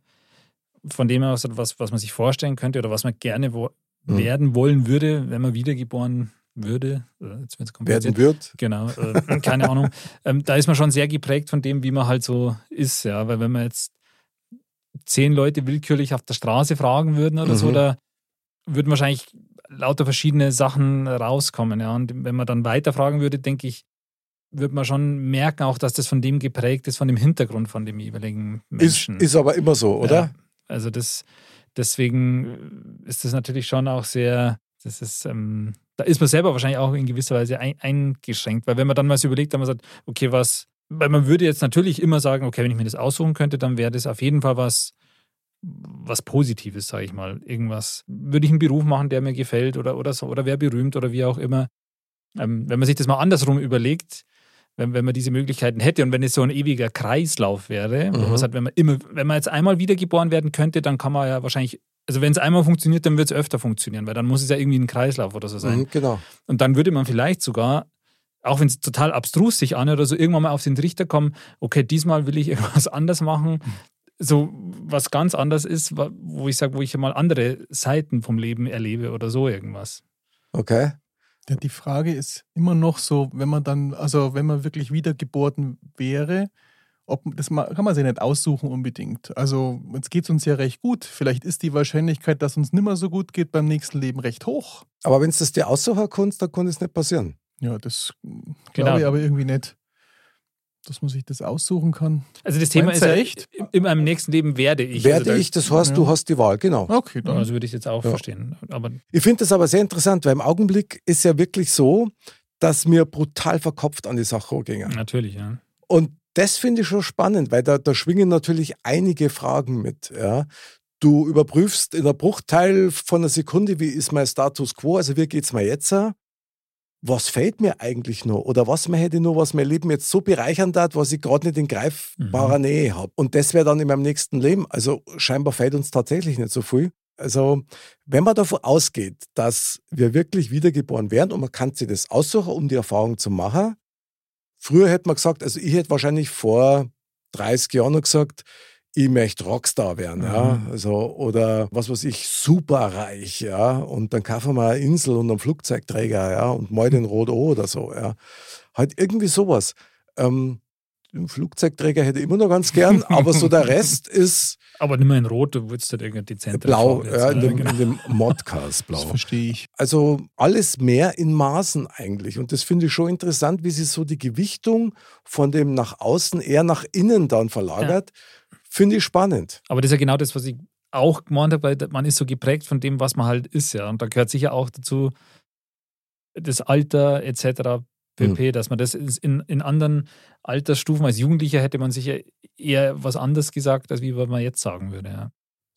Speaker 3: von dem aus, was, was man sich vorstellen könnte oder was man gerne wo,
Speaker 2: Mhm.
Speaker 3: werden wollen würde, wenn man wiedergeboren würde. Äh, Jetzt wird's kompliziert.
Speaker 2: Werden wird.
Speaker 3: Genau, äh, keine Ahnung. Ähm, da ist man schon sehr geprägt von dem, wie man halt so ist, ja. Weil wenn man jetzt zehn Leute willkürlich auf der Straße fragen würden oder so,
Speaker 2: Mhm.
Speaker 3: da würden wahrscheinlich lauter verschiedene Sachen rauskommen, ja. Und wenn man dann weiter fragen würde, denke ich, wird man schon merken auch, dass das von dem geprägt ist, von dem Hintergrund von dem jeweiligen
Speaker 2: Ist,
Speaker 3: Menschen.
Speaker 2: ist aber immer so,
Speaker 3: Ja.
Speaker 2: oder?
Speaker 3: Also das, deswegen äh, ist das natürlich schon auch sehr, das ist, ähm, da ist man selber wahrscheinlich auch in gewisser Weise ein, eingeschränkt, weil wenn man dann mal so überlegt, dann man sagt, okay, was, weil man würde jetzt natürlich immer sagen, okay, wenn ich mir das aussuchen könnte, dann wäre das auf jeden Fall was, was Positives, sage ich mal. Irgendwas, würde ich einen Beruf machen, der mir gefällt oder, oder so, oder wäre berühmt oder wie auch immer. Ähm, wenn man sich das mal andersrum überlegt, wenn, wenn man diese Möglichkeiten hätte und wenn es so ein ewiger Kreislauf wäre, wo
Speaker 2: Mhm.
Speaker 3: man sagt, wenn man immer, wenn man jetzt einmal wiedergeboren werden könnte, dann kann man ja wahrscheinlich, also wenn es einmal funktioniert, dann wird es öfter funktionieren, weil dann muss es ja irgendwie ein Kreislauf oder so sein.
Speaker 2: Mhm, genau.
Speaker 3: Und dann würde man vielleicht sogar, auch wenn es total abstrus sich an oder so, irgendwann mal auf den Trichter kommen, okay, diesmal will ich irgendwas anders machen. So was ganz anders ist, wa- wo ich sage, wo ich mal andere Seiten vom Leben erlebe oder so irgendwas.
Speaker 2: Okay.
Speaker 1: Ja, die Frage ist immer noch so, wenn man dann, also wenn man wirklich wiedergeboren wäre, ob das ma- kann man sich nicht aussuchen unbedingt. Also jetzt geht es uns ja recht gut. Vielleicht ist die Wahrscheinlichkeit, dass uns nimmer so gut geht beim nächsten Leben recht hoch.
Speaker 2: Aber wenn du das dir aussuchen kannst, dann kann das nicht passieren.
Speaker 1: Ja, das mm, glaube
Speaker 3: Genau.
Speaker 1: ich aber irgendwie nicht, dass man sich das aussuchen kann.
Speaker 3: Also das Thema
Speaker 1: Meinst du
Speaker 3: ist ja
Speaker 1: echt?
Speaker 3: in- in meinem nächsten Leben werde ich. also
Speaker 2: Werde
Speaker 3: da-
Speaker 2: ich, das heißt,
Speaker 1: ja.
Speaker 2: du hast die Wahl, genau.
Speaker 1: Okay,
Speaker 3: Ja,
Speaker 1: dann.
Speaker 3: Also würde ich jetzt auch
Speaker 2: Ja.
Speaker 3: verstehen. Aber
Speaker 2: Ich finde das aber sehr interessant, weil im Augenblick ist ja wirklich so, dass mir brutal verkopft an die Sache gingen.
Speaker 3: natürlich, ja.
Speaker 2: Und das finde ich schon spannend, weil da, da schwingen natürlich einige Fragen mit. Ja. Du überprüfst in einer Bruchteil von einer Sekunde, wie ist mein Status quo, also wie geht's mir jetzt? Was fehlt mir eigentlich noch? Oder was mir hätte noch, was mein Leben jetzt so bereichern darf, was ich gerade nicht in greifbarer Nähe habe? Und das wäre dann in meinem nächsten Leben. Also scheinbar fehlt uns tatsächlich nicht so viel. Also, wenn man davon ausgeht, dass wir wirklich wiedergeboren werden und man kann sich das aussuchen, um die Erfahrung zu machen, Früher hätte man gesagt, also ich hätte wahrscheinlich vor 30 Jahren noch gesagt, ich möchte Rockstar werden, ja.
Speaker 3: Mhm.
Speaker 2: Also, oder was weiß ich, superreich, ja. Und dann kaufen wir eine Insel und einen Flugzeugträger, ja, und mal den Rot O oder so, ja. Halt irgendwie sowas. Ähm, den Flugzeugträger hätte ich immer noch ganz gern, aber so der Rest ist
Speaker 3: Aber nicht mehr in Rot, du würdest halt irgendein dezenter.
Speaker 2: blau,
Speaker 3: Farbe jetzt,
Speaker 2: ja, in
Speaker 3: ne?
Speaker 2: dem, in dem Modcast
Speaker 1: Das
Speaker 2: blau.
Speaker 1: verstehe ich.
Speaker 2: Also alles mehr in Maßen eigentlich. Und das finde ich schon interessant, wie sich so die Gewichtung von dem nach außen eher nach innen dann verlagert. Finde ich spannend.
Speaker 3: Aber das ist ja genau das, was ich auch gemeint habe, weil man ist so geprägt von dem, was man halt ist, ja. Und da gehört sicher auch dazu das Alter etc.
Speaker 1: Hm.
Speaker 3: pp, dass man das ist in, in anderen Altersstufen als Jugendlicher hätte man sicher eher was anderes gesagt, als wie man jetzt sagen würde, ja.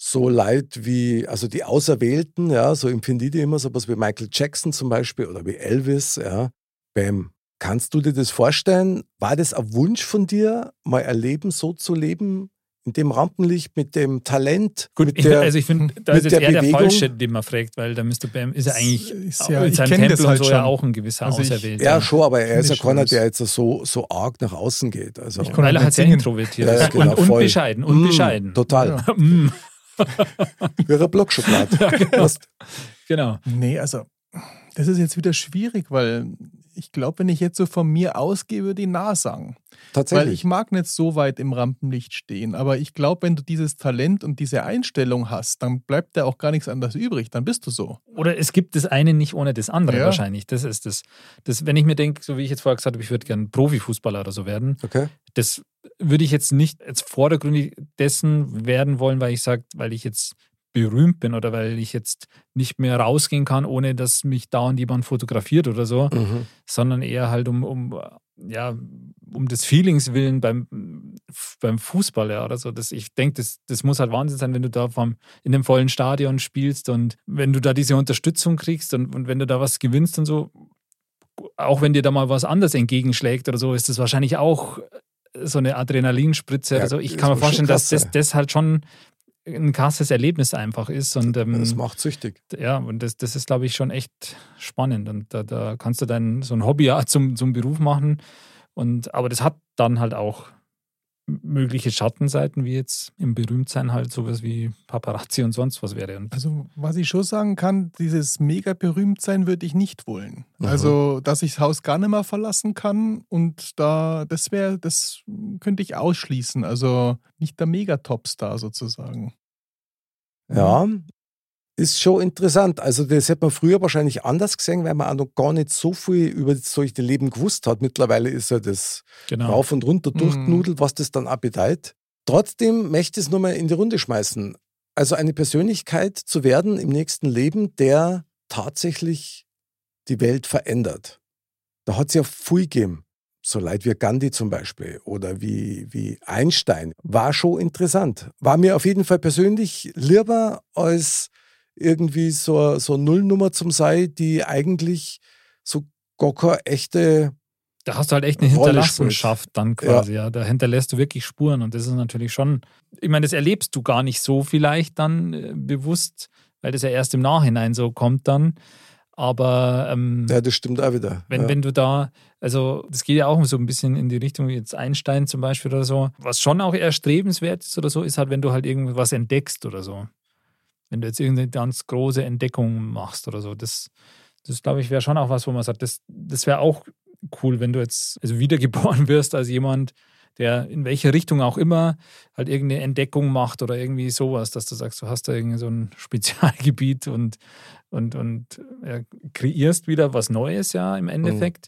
Speaker 2: So leid wie, also die Auserwählten, ja, so empfinde ich die immer, sowas wie Michael Jackson zum Beispiel oder wie Elvis, ja. Bam. Kannst du dir das vorstellen? War das ein Wunsch von dir, mal ein Leben so zu leben, in dem Rampenlicht, mit dem Talent?
Speaker 3: Gut,
Speaker 2: mit
Speaker 3: ich, also ich finde,
Speaker 1: hm,
Speaker 3: da
Speaker 2: mit
Speaker 3: ist jetzt
Speaker 2: der
Speaker 3: eher der
Speaker 2: Bewegung-
Speaker 3: Falsche, den man fragt, weil der Mr. Bam ist ja eigentlich
Speaker 1: Ist ja-
Speaker 3: in
Speaker 1: ich
Speaker 3: seinem
Speaker 1: kenn das
Speaker 3: Tempel
Speaker 1: halt
Speaker 3: und so ja
Speaker 1: schon.
Speaker 3: auch ein gewisser
Speaker 1: Also ich-
Speaker 3: Auserwählter.
Speaker 2: Ja, schon, aber er
Speaker 1: Finde
Speaker 2: ist ja
Speaker 1: ich
Speaker 2: keiner,
Speaker 1: schon.
Speaker 2: der jetzt so, so arg nach außen geht. Also,
Speaker 1: Ich kann
Speaker 3: Weil er
Speaker 1: nicht
Speaker 3: halt sehr
Speaker 1: singen.
Speaker 3: introvertiert
Speaker 2: Ja,
Speaker 3: ist.
Speaker 2: ja, genau,
Speaker 3: und, und
Speaker 2: voll.
Speaker 3: bescheiden. Und
Speaker 2: Mm,
Speaker 3: bescheiden.
Speaker 2: Total.
Speaker 1: Ja.
Speaker 3: Mm,
Speaker 2: Wie ein Blockschokolade.
Speaker 3: genau.
Speaker 2: Weißt,
Speaker 3: genau.
Speaker 1: Nee, also das ist jetzt wieder schwierig, weil ich glaube, wenn ich jetzt so von mir ausgehe, würde ich nah sagen. Weil
Speaker 2: Tatsächlich.
Speaker 1: ich mag nicht so weit im Rampenlicht stehen, aber ich glaube, wenn du dieses Talent und diese Einstellung hast, dann bleibt da auch gar nichts anderes übrig, dann bist du so.
Speaker 3: Oder es gibt das eine nicht ohne das andere
Speaker 1: Ja.
Speaker 3: wahrscheinlich. Das ist das. das. Wenn ich mir denke, so wie ich jetzt vorher gesagt habe, ich würde gerne Profifußballer oder so werden,
Speaker 2: okay.
Speaker 3: das würde ich jetzt nicht jetzt vordergründig dessen werden wollen, weil ich sage, weil ich jetzt berühmt bin oder weil ich jetzt nicht mehr rausgehen kann, ohne dass mich dauernd jemand fotografiert oder so,
Speaker 2: Mhm.
Speaker 3: sondern eher halt um, um, ja, um des Feelings willen beim, beim Fußball ja, oder so. Das, ich denke, das, das muss halt Wahnsinn sein, wenn du da vom, in dem vollen Stadion spielst und wenn du da diese Unterstützung kriegst und, und wenn du da was gewinnst und so, auch wenn dir da mal was anderes entgegenschlägt oder so, ist das wahrscheinlich auch äh, so eine Adrenalinspritze
Speaker 2: Ja,
Speaker 3: oder so. Ich
Speaker 2: das
Speaker 3: kann mir
Speaker 2: muss schon
Speaker 3: vorstellen, dass
Speaker 2: krass
Speaker 3: das,
Speaker 2: sein.
Speaker 3: das halt schon ein krasses Erlebnis einfach ist. Und, ähm,
Speaker 2: Das macht süchtig.
Speaker 3: ja, und das, das ist, glaube ich, schon echt spannend. Und da, da kannst du dann so ein Hobby ja zum, zum Beruf machen. Und, aber das hat dann halt auch m- mögliche Schattenseiten, wie jetzt im Berühmtsein halt sowas wie Paparazzi und sonst was wäre. Und
Speaker 1: Also, was ich schon sagen kann, dieses mega berühmt sein würde ich nicht wollen.
Speaker 2: Mhm.
Speaker 1: Also, dass ich das Haus gar nicht mehr verlassen kann und da, das wäre, das könnte ich ausschließen. Also, nicht der mega Topstar sozusagen. Mhm.
Speaker 2: Ja. Ist schon interessant. Also, das hätte man früher wahrscheinlich anders gesehen, weil man auch noch gar nicht so viel über das solche Leben gewusst hat. Mittlerweile ist ja das
Speaker 3: genau.
Speaker 2: rauf und runter
Speaker 1: Mhm.
Speaker 2: durchgenudelt, was das dann auch bedeutet. Trotzdem möchte ich es nur mal in die Runde schmeißen. Also eine Persönlichkeit zu werden im nächsten Leben, der tatsächlich die Welt verändert. Da hat es ja viel gegeben. So leid wie Gandhi zum Beispiel oder wie, wie Einstein. War schon interessant. War mir auf jeden Fall persönlich lieber als irgendwie so, so eine Nullnummer zum Sei, die eigentlich so gar keine echte
Speaker 3: Da hast du halt echt eine
Speaker 2: Rolle
Speaker 3: Hinterlassenschaft dann quasi. Ja. Da hinterlässt du wirklich Spuren. Und das ist natürlich schon, ich meine, das erlebst du gar nicht so vielleicht dann äh, bewusst, weil das ja erst im Nachhinein so kommt dann. Aber ähm,
Speaker 2: Ja, das stimmt auch wieder.
Speaker 3: Wenn,
Speaker 2: ja.
Speaker 3: wenn du da, also das geht ja auch so ein bisschen in die Richtung wie jetzt Einstein zum Beispiel oder so. Was schon auch erstrebenswert ist oder so, ist halt, wenn du halt irgendwas entdeckst oder so. Wenn du jetzt irgendeine ganz große Entdeckung machst oder so. Das, das glaube ich, wäre schon auch was, wo man sagt, das, das wäre auch cool, wenn du jetzt also wiedergeboren wirst als jemand, der in welche Richtung auch immer halt irgendeine Entdeckung macht oder irgendwie sowas, dass du sagst, du hast da irgendwie so ein Spezialgebiet und, und, und ja, kreierst wieder was Neues ja
Speaker 2: Mhm.
Speaker 3: im Endeffekt.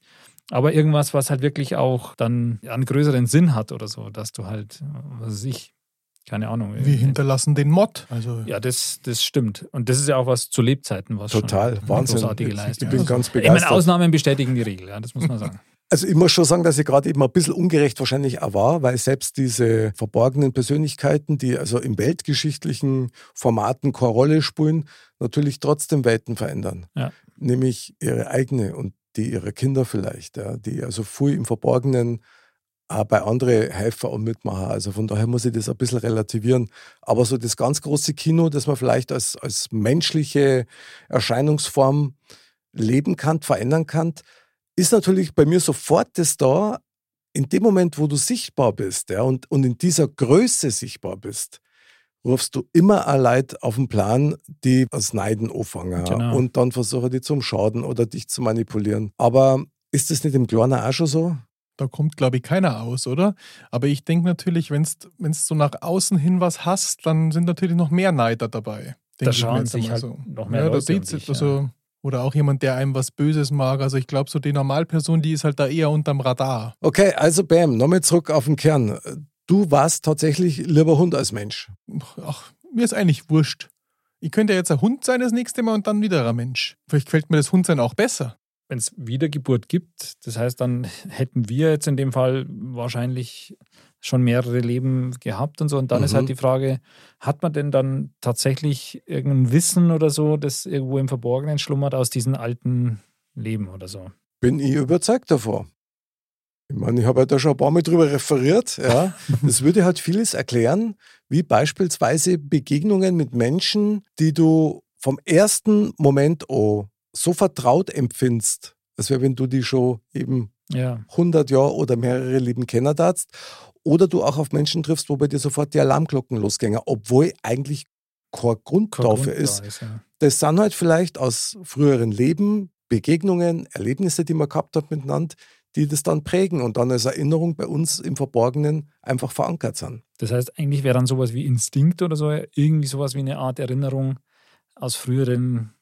Speaker 3: Aber irgendwas, was halt wirklich auch dann einen größeren Sinn hat oder so, dass du halt, was weiß ich, keine Ahnung.
Speaker 1: Wir hinterlassen den Mod. Also,
Speaker 3: ja, das, das stimmt. Und das ist ja auch was zu Lebzeiten, was
Speaker 2: Total,
Speaker 3: schon
Speaker 2: Wahnsinn.
Speaker 3: großartige
Speaker 2: Ich
Speaker 3: Leistung
Speaker 2: bin
Speaker 3: ist.
Speaker 2: ganz
Speaker 3: Ich meine,
Speaker 2: begeistert.
Speaker 3: Ausnahmen bestätigen die Regel, ja, das muss man sagen.
Speaker 2: Also ich muss schon sagen, dass ich gerade eben ein bisschen ungerecht wahrscheinlich auch war, weil selbst diese verborgenen Persönlichkeiten, die also in weltgeschichtlichen Formaten keine Rolle spielen, natürlich trotzdem Welten verändern.
Speaker 3: Ja.
Speaker 2: Nämlich ihre eigene und die ihrer Kinder vielleicht, ja, die also früh im Verborgenen auch bei anderen Helfer und mitmachen. Also von daher muss ich das ein bisschen relativieren. Aber so das ganz große Kino, das man vielleicht als, als menschliche Erscheinungsform leben kann, verändern kann, ist natürlich bei mir sofort das da, in dem Moment, wo du sichtbar bist ja, und, und in dieser Größe sichtbar bist, rufst du immer ein Leid auf den Plan, die das Neiden anfangen
Speaker 3: Genau.
Speaker 2: und dann versuchen, die zum Schaden oder dich zu manipulieren. Aber ist das nicht im Kleinen auch schon so?
Speaker 1: Da kommt, glaube ich, keiner aus, oder? Aber ich denke natürlich, wenn es so nach außen hin was hast, dann sind natürlich noch mehr Neider dabei. Denk ich mir
Speaker 3: schauen
Speaker 1: jetzt
Speaker 3: sich
Speaker 1: einmal
Speaker 3: halt noch mehr
Speaker 1: ja, da
Speaker 3: Leute um
Speaker 1: sieht's,
Speaker 3: dich,
Speaker 1: also, Oder auch jemand, der einem was Böses mag. Also ich glaube, so die Normalperson, die ist halt da eher unterm Radar.
Speaker 2: Okay, also Bam, nochmal zurück auf den Kern. Du warst tatsächlich lieber Hund als Mensch.
Speaker 1: Ach, mir ist eigentlich wurscht. Ich könnte ja jetzt ein Hund sein das nächste Mal und dann wieder ein Mensch. Vielleicht gefällt mir das Hundsein auch besser.
Speaker 3: Wenn es Wiedergeburt gibt, das heißt, dann hätten wir jetzt in dem Fall wahrscheinlich schon mehrere Leben gehabt und so. Und dann ist
Speaker 2: Mhm.
Speaker 3: halt die Frage, hat man denn dann tatsächlich irgendein Wissen oder so, das irgendwo im Verborgenen schlummert aus diesen alten Leben oder so?
Speaker 2: Bin ich überzeugt davon. Ich meine, ich habe ja da schon ein paar Mal drüber referiert. Ja. Das würde halt vieles erklären, wie beispielsweise Begegnungen mit Menschen, die du vom ersten Moment an so vertraut empfindest, als wäre, wenn du die schon eben
Speaker 3: Ja,
Speaker 2: 100 Jahre oder mehrere Leben kennenlernst. Oder du auch auf Menschen triffst, wo bei dir sofort die Alarmglocken losgehen, obwohl eigentlich kein Grund
Speaker 3: kein
Speaker 2: dafür
Speaker 3: Grund da
Speaker 2: ist,
Speaker 3: ja.
Speaker 2: das sind halt vielleicht aus früheren Leben Begegnungen, Erlebnisse, die man gehabt hat miteinander, die das dann prägen und dann als Erinnerung bei uns im Verborgenen einfach verankert sind.
Speaker 3: Das heißt, eigentlich wäre dann sowas wie Instinkt oder so, irgendwie sowas wie eine Art Erinnerung aus früheren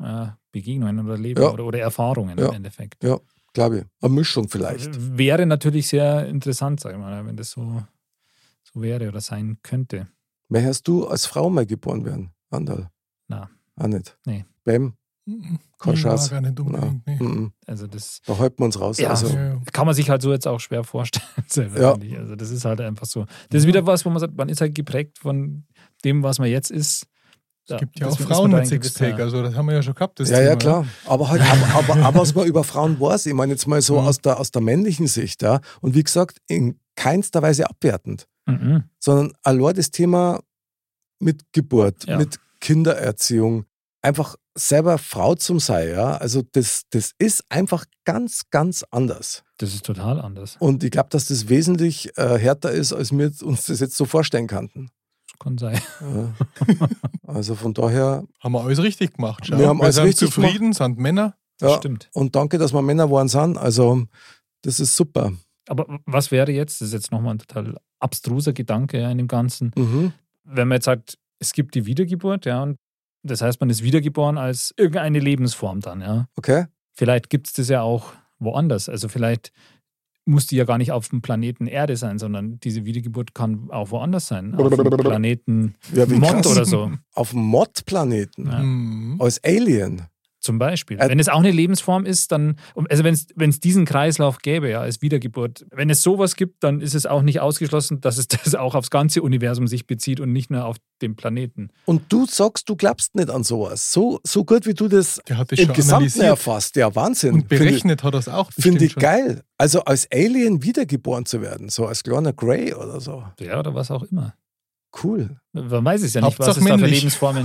Speaker 3: äh, Begegnungen oder Leben
Speaker 2: Ja.
Speaker 3: oder, oder Erfahrungen
Speaker 2: Ja.
Speaker 3: im Endeffekt.
Speaker 2: Ja, glaube ich. Eine Mischung
Speaker 3: Mhm.
Speaker 2: vielleicht.
Speaker 3: Äh, Wäre natürlich sehr interessant, sag ich mal, wenn das so, so wäre oder sein könnte.
Speaker 2: Möchtest du als Frau mal geboren werden, Andal?
Speaker 3: Na.
Speaker 2: Auch nicht?
Speaker 3: Nee.
Speaker 2: Bäm, keine
Speaker 1: Ja,
Speaker 2: Chance.
Speaker 1: Gar Hm, nicht unbedingt, nee.
Speaker 2: Mhm.
Speaker 3: Also das
Speaker 2: Da halten wir uns raus.
Speaker 3: Ja.
Speaker 2: Also,
Speaker 1: Ja, ja.
Speaker 3: kann man sich halt so jetzt auch schwer vorstellen. selber,
Speaker 2: Ja.
Speaker 3: finde ich. Also das ist halt einfach so. Das ist wieder was, wo man sagt, man ist halt geprägt von dem, was man jetzt ist. Da-
Speaker 1: Es gibt ja auch
Speaker 3: deswegen ist man
Speaker 1: Frauen
Speaker 3: da
Speaker 1: mit
Speaker 3: ein gewisser-
Speaker 1: Sixpack, also das haben wir ja schon gehabt. Das
Speaker 2: ja,
Speaker 1: Thema.
Speaker 2: ja, klar. Aber halt, aber, aber, aber was man über Frauen weiß, ich meine jetzt mal so
Speaker 3: Mhm.
Speaker 2: aus, der, aus der männlichen Sicht, ja. Und wie gesagt, in keinster Weise abwertend.
Speaker 1: also-
Speaker 3: Mhm.
Speaker 2: sondern allein das Thema mit Geburt,
Speaker 3: Ja.
Speaker 2: mit Kindererziehung, einfach selber Frau zum Sein, ja. Also das, das ist einfach ganz, ganz anders.
Speaker 3: Das ist total anders.
Speaker 2: Und ich glaube, dass das wesentlich äh, härter ist, als wir uns das jetzt so vorstellen kannten.
Speaker 3: Kann sein.
Speaker 2: Ja. also von daher,
Speaker 1: Haben wir alles richtig gemacht. Schau.
Speaker 2: Wir haben alles
Speaker 1: sind
Speaker 2: richtig
Speaker 1: zufrieden, sind Männer.
Speaker 3: Das
Speaker 2: ja.
Speaker 3: stimmt.
Speaker 2: Und danke, dass wir Männer geworden sind. Also das ist super.
Speaker 3: Aber was wäre jetzt, das ist jetzt nochmal ein total abstruser Gedanke ja, in dem Ganzen,
Speaker 2: Mhm.
Speaker 3: wenn man jetzt sagt, es gibt die Wiedergeburt, ja, und das heißt, man ist wiedergeboren als irgendeine Lebensform dann, ja.
Speaker 2: Okay?
Speaker 3: Vielleicht gibt es das ja auch woanders. Also vielleicht muss die ja gar nicht auf dem Planeten Erde sein, sondern diese Wiedergeburt kann auch woanders sein. Auf dem Planeten
Speaker 2: Ja, wie
Speaker 3: Mond
Speaker 2: krass.
Speaker 3: oder so.
Speaker 2: Auf dem Mod-Planeten.
Speaker 3: Ja.
Speaker 1: Mhm.
Speaker 2: Als Alien.
Speaker 3: Zum Beispiel.
Speaker 2: Äh,
Speaker 3: wenn es auch eine Lebensform ist, dann, also wenn es, wenn es diesen Kreislauf gäbe, ja, als Wiedergeburt, wenn es sowas gibt, dann ist es auch nicht ausgeschlossen, dass es das auch aufs ganze Universum sich bezieht und nicht nur auf den Planeten.
Speaker 2: Und du sagst, du glaubst nicht an sowas. So, so gut wie du das
Speaker 1: Der hat das
Speaker 2: im
Speaker 1: schon
Speaker 2: Gesamten
Speaker 1: analysiert
Speaker 2: erfasst. Ja, Wahnsinn.
Speaker 1: und
Speaker 2: Finde ich-
Speaker 1: berechnet hat er es auch.
Speaker 2: Finde
Speaker 1: bestimmt
Speaker 2: ich
Speaker 1: schon.
Speaker 2: geil. Also als Alien wiedergeboren zu werden, so als kleiner Grey oder so.
Speaker 3: Ja, oder was auch immer.
Speaker 2: Cool.
Speaker 3: Man weiß es ja nicht, was
Speaker 1: Hauptsache
Speaker 3: es da für
Speaker 1: männlich.
Speaker 3: Lebensformen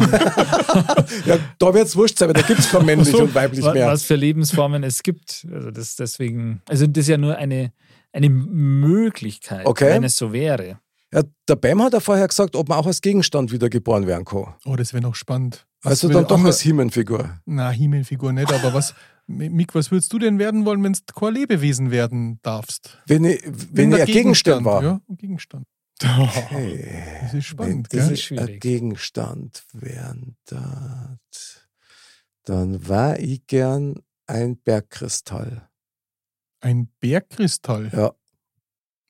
Speaker 2: Ja, da wird's wurscht sein, weil da gibt's kein männlich und weiblich
Speaker 3: wa-
Speaker 2: mehr.
Speaker 3: was für Lebensformen es gibt. Also das deswegen, also das ist ja nur eine, eine Möglichkeit,
Speaker 2: Okay.
Speaker 3: wenn es so wäre.
Speaker 2: Ja, der Bam hat ja vorher gesagt, ob man auch als Gegenstand wiedergeboren werden kann.
Speaker 1: Oh, das wäre noch spannend. Was
Speaker 2: Also
Speaker 1: will
Speaker 2: dann
Speaker 1: auch
Speaker 2: doch
Speaker 1: noch-
Speaker 2: als Himenfigur.
Speaker 1: Na, Himmelfigur nicht, aber was, Mick, was würdest du denn werden wollen, wenn du kein Lebewesen werden darfst?
Speaker 2: Wenn ich, wenn ich
Speaker 1: der
Speaker 2: ein Gegenstand war.
Speaker 1: Ja, ein Gegenstand.
Speaker 2: Hey,
Speaker 1: Das ist
Speaker 2: wenn
Speaker 1: spannend,
Speaker 2: das
Speaker 1: gell?
Speaker 3: ist
Speaker 2: ich ein
Speaker 3: schwierig.
Speaker 2: Gegenstand wären, dat, dann war ich gern ein Bergkristall.
Speaker 1: Ein Bergkristall.
Speaker 2: Ja.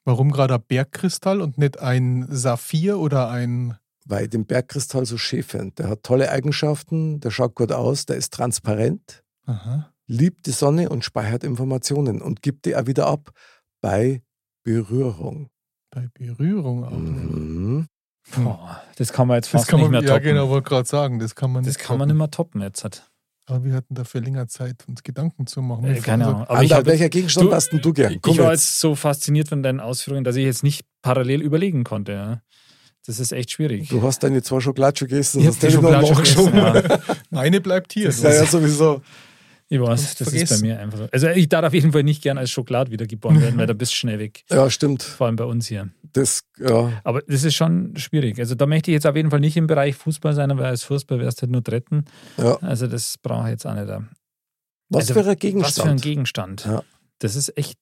Speaker 1: Warum gerade ein Bergkristall und nicht ein Saphir oder ein.
Speaker 2: weil ich den Bergkristall so schön finde. Der hat tolle Eigenschaften, der schaut gut aus, der ist transparent,
Speaker 1: Aha.
Speaker 2: liebt die Sonne und speichert Informationen und gibt die auch wieder ab bei Berührung.
Speaker 1: Bei Berührung auch. nicht.
Speaker 2: Mhm.
Speaker 3: Boah, das kann man jetzt
Speaker 1: Das
Speaker 3: fast
Speaker 1: kann
Speaker 3: nicht
Speaker 1: man,
Speaker 3: mehr
Speaker 1: ja
Speaker 3: toppen.
Speaker 1: genau, wollte gerade sagen, das kann man
Speaker 3: Das
Speaker 1: nicht
Speaker 3: kann man
Speaker 1: toppen.
Speaker 3: nicht mehr toppen jetzt. Hat.
Speaker 1: Aber wir hatten dafür länger Zeit, uns Gedanken zu machen.
Speaker 3: Äh, keine Ahnung. Aber ich,
Speaker 2: Ander,
Speaker 3: hab jetzt,
Speaker 2: welcher Gegenstand
Speaker 3: du-
Speaker 2: warst denn du gern?
Speaker 3: ich war jetzt so fasziniert von deinen Ausführungen, dass ich jetzt nicht parallel überlegen konnte. Ja. Das ist echt schwierig.
Speaker 2: Du hast deine zwei Schokolade schon gegessen.
Speaker 3: Ich hab
Speaker 2: hast
Speaker 3: die
Speaker 2: du noch
Speaker 3: Schokolade schon
Speaker 2: nachgeschoben?
Speaker 3: gegessen,
Speaker 1: Meine bleibt hier.
Speaker 2: Ja, ja, sowieso.
Speaker 3: Ich weiß,
Speaker 1: Hast
Speaker 3: das ist
Speaker 1: vergessen.
Speaker 3: bei mir einfach so. Also ich darf auf jeden Fall nicht gern als Schokolade wiedergeboren werden, weil da bist du schnell weg.
Speaker 2: Ja, stimmt.
Speaker 3: Vor allem bei uns hier.
Speaker 2: Das, ja.
Speaker 3: Aber das ist schon schwierig. Also da möchte ich jetzt auf jeden Fall nicht im Bereich Fußball sein, weil als Fußball wärst du halt nur retten.
Speaker 2: Ja.
Speaker 3: Also das brauche ich jetzt auch nicht. da.
Speaker 2: Was
Speaker 3: Also,
Speaker 2: für ein
Speaker 3: Was für ein
Speaker 2: Gegenstand?
Speaker 3: Gegenstand.
Speaker 2: Ja.
Speaker 3: Das ist echt,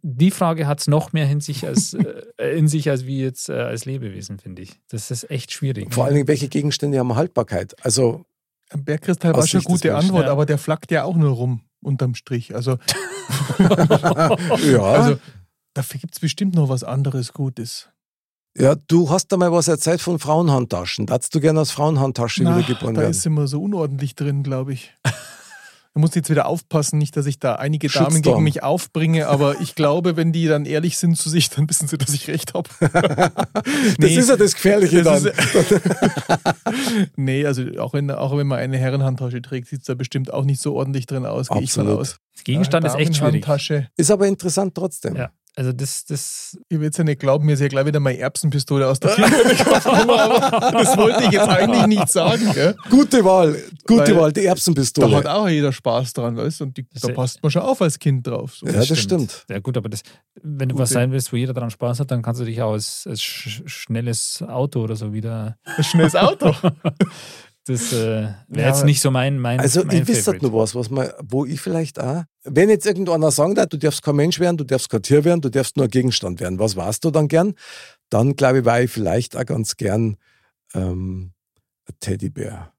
Speaker 3: die Frage hat es noch mehr in sich, als, äh, in sich als wie jetzt äh, als Lebewesen, finde ich. Das ist echt schwierig.
Speaker 2: Vor allen Dingen, welche Gegenstände haben Haltbarkeit? Also,
Speaker 1: Ein Bergkristall
Speaker 2: Aus
Speaker 1: war schon
Speaker 2: Sicht
Speaker 1: eine
Speaker 2: des
Speaker 1: gute
Speaker 2: Menschen,
Speaker 1: Antwort,
Speaker 3: ja.
Speaker 1: aber der flackt ja auch nur rum, unterm Strich. Also,
Speaker 2: ja.
Speaker 1: also dafür gibt es bestimmt noch was anderes Gutes.
Speaker 2: ja, du hast da mal was erzählt von Frauenhandtaschen. Darfst du gerne als Frauenhandtasche
Speaker 1: Na,
Speaker 2: wiedergeboren
Speaker 1: da
Speaker 2: werden?
Speaker 1: ist immer so unordentlich drin, glaube ich. Da muss ich jetzt wieder aufpassen, nicht, dass ich da einige Damen
Speaker 2: Shitstorm.
Speaker 1: gegen mich aufbringe, aber ich glaube, wenn die dann ehrlich sind zu sich, dann wissen sie, dass ich recht habe.
Speaker 2: Das
Speaker 1: Nee.
Speaker 2: ist ja das Gefährliche
Speaker 1: Das
Speaker 2: dann.
Speaker 1: ist- nee, also auch wenn, auch wenn man eine Herrenhandtasche trägt, sieht es da bestimmt auch nicht so ordentlich drin aus, gehe ich von
Speaker 2: Absolut.
Speaker 1: aus.
Speaker 3: Das Gegenstand ist echt schwierig.
Speaker 1: Damenhandtasche.
Speaker 2: Ist aber interessant trotzdem.
Speaker 3: Ja. Also das, das,
Speaker 1: Ihr werdet ja nicht glauben, mir ist ja gleich wieder meine Erbsenpistole aus der Kirche gekommen, aber das wollte ich jetzt eigentlich nicht sagen. Gell?
Speaker 2: Gute Wahl, gute
Speaker 1: Weil
Speaker 2: Wahl,
Speaker 1: Da
Speaker 2: die
Speaker 1: hat
Speaker 2: Erbsenpistole.
Speaker 1: auch jeder Spaß dran, weißt du? Und die,
Speaker 3: Das
Speaker 1: da
Speaker 3: ist-
Speaker 1: passt man schon auf als Kind drauf. So.
Speaker 2: Ja, das stimmt.
Speaker 3: Ja gut, aber das, wenn du
Speaker 1: Gute-
Speaker 3: was sein willst, wo jeder daran Spaß hat, dann kannst du dich auch als, als sch- schnelles Auto oder so wieder
Speaker 1: Ein schnelles Auto.
Speaker 3: das äh, wäre
Speaker 2: Ja,
Speaker 3: jetzt nicht so mein mein
Speaker 2: Also,
Speaker 3: mein
Speaker 2: ich wisst halt
Speaker 3: Favorite.
Speaker 2: nur was, was man, wo ich vielleicht auch. Wenn jetzt irgendeiner sagen darf, du darfst kein Mensch werden, du darfst kein Tier werden, du darfst nur ein Gegenstand werden, was warst du dann gern? Dann, glaube ich, war ich vielleicht auch ganz gern ähm, ein Teddybär.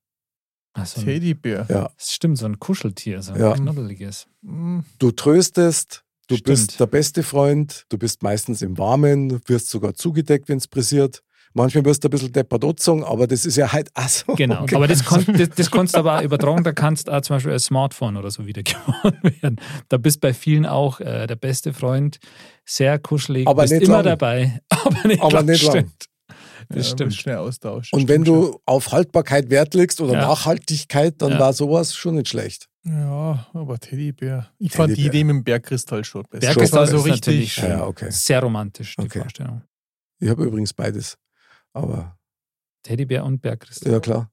Speaker 3: Ach, so ein,
Speaker 1: Teddybär.
Speaker 2: Ja.
Speaker 3: das stimmt, so ein Kuscheltier, so ein
Speaker 2: Ja.
Speaker 3: knuddeliges.
Speaker 1: Hm.
Speaker 2: Du tröstest, du
Speaker 3: Stimmt.
Speaker 2: bist der beste Freund, du bist meistens im Warmen, wirst sogar zugedeckt, wenn es pressiert. Manchmal wirst du ein bisschen depperdotzung, aber das ist ja halt auch so.
Speaker 3: Genau. Aber das, kon das, das konntest du aber auch übertragen, da kannst du auch zum Beispiel als Smartphone oder so wieder geworden werden. Da bist bei vielen auch äh, der beste Freund, sehr kuschelig,
Speaker 2: Aber
Speaker 3: bist
Speaker 2: nicht lang.
Speaker 3: immer dabei, aber nicht
Speaker 2: Aber
Speaker 3: lang.
Speaker 2: nicht lang.
Speaker 3: stimmt.
Speaker 1: Ja,
Speaker 3: Das
Speaker 1: mit
Speaker 3: stimmt.
Speaker 1: Schnell Austausch.
Speaker 2: Und wenn du auf Haltbarkeit Wert legst oder
Speaker 3: Ja.
Speaker 2: Nachhaltigkeit, dann
Speaker 3: Ja.
Speaker 2: war sowas schon nicht schlecht.
Speaker 1: Ja, aber Teddybär. Ich fand die
Speaker 2: Teddybär.
Speaker 1: Idee mit dem Bergkristall schon besser.
Speaker 3: Bergkristall
Speaker 1: Das war
Speaker 3: ist natürlich schön.
Speaker 2: Ja, okay.
Speaker 3: Sehr romantisch, die
Speaker 2: Okay.
Speaker 3: Vorstellung.
Speaker 2: Ich habe übrigens beides. Aber
Speaker 3: Teddybär und Bergkristall.
Speaker 2: ja klar.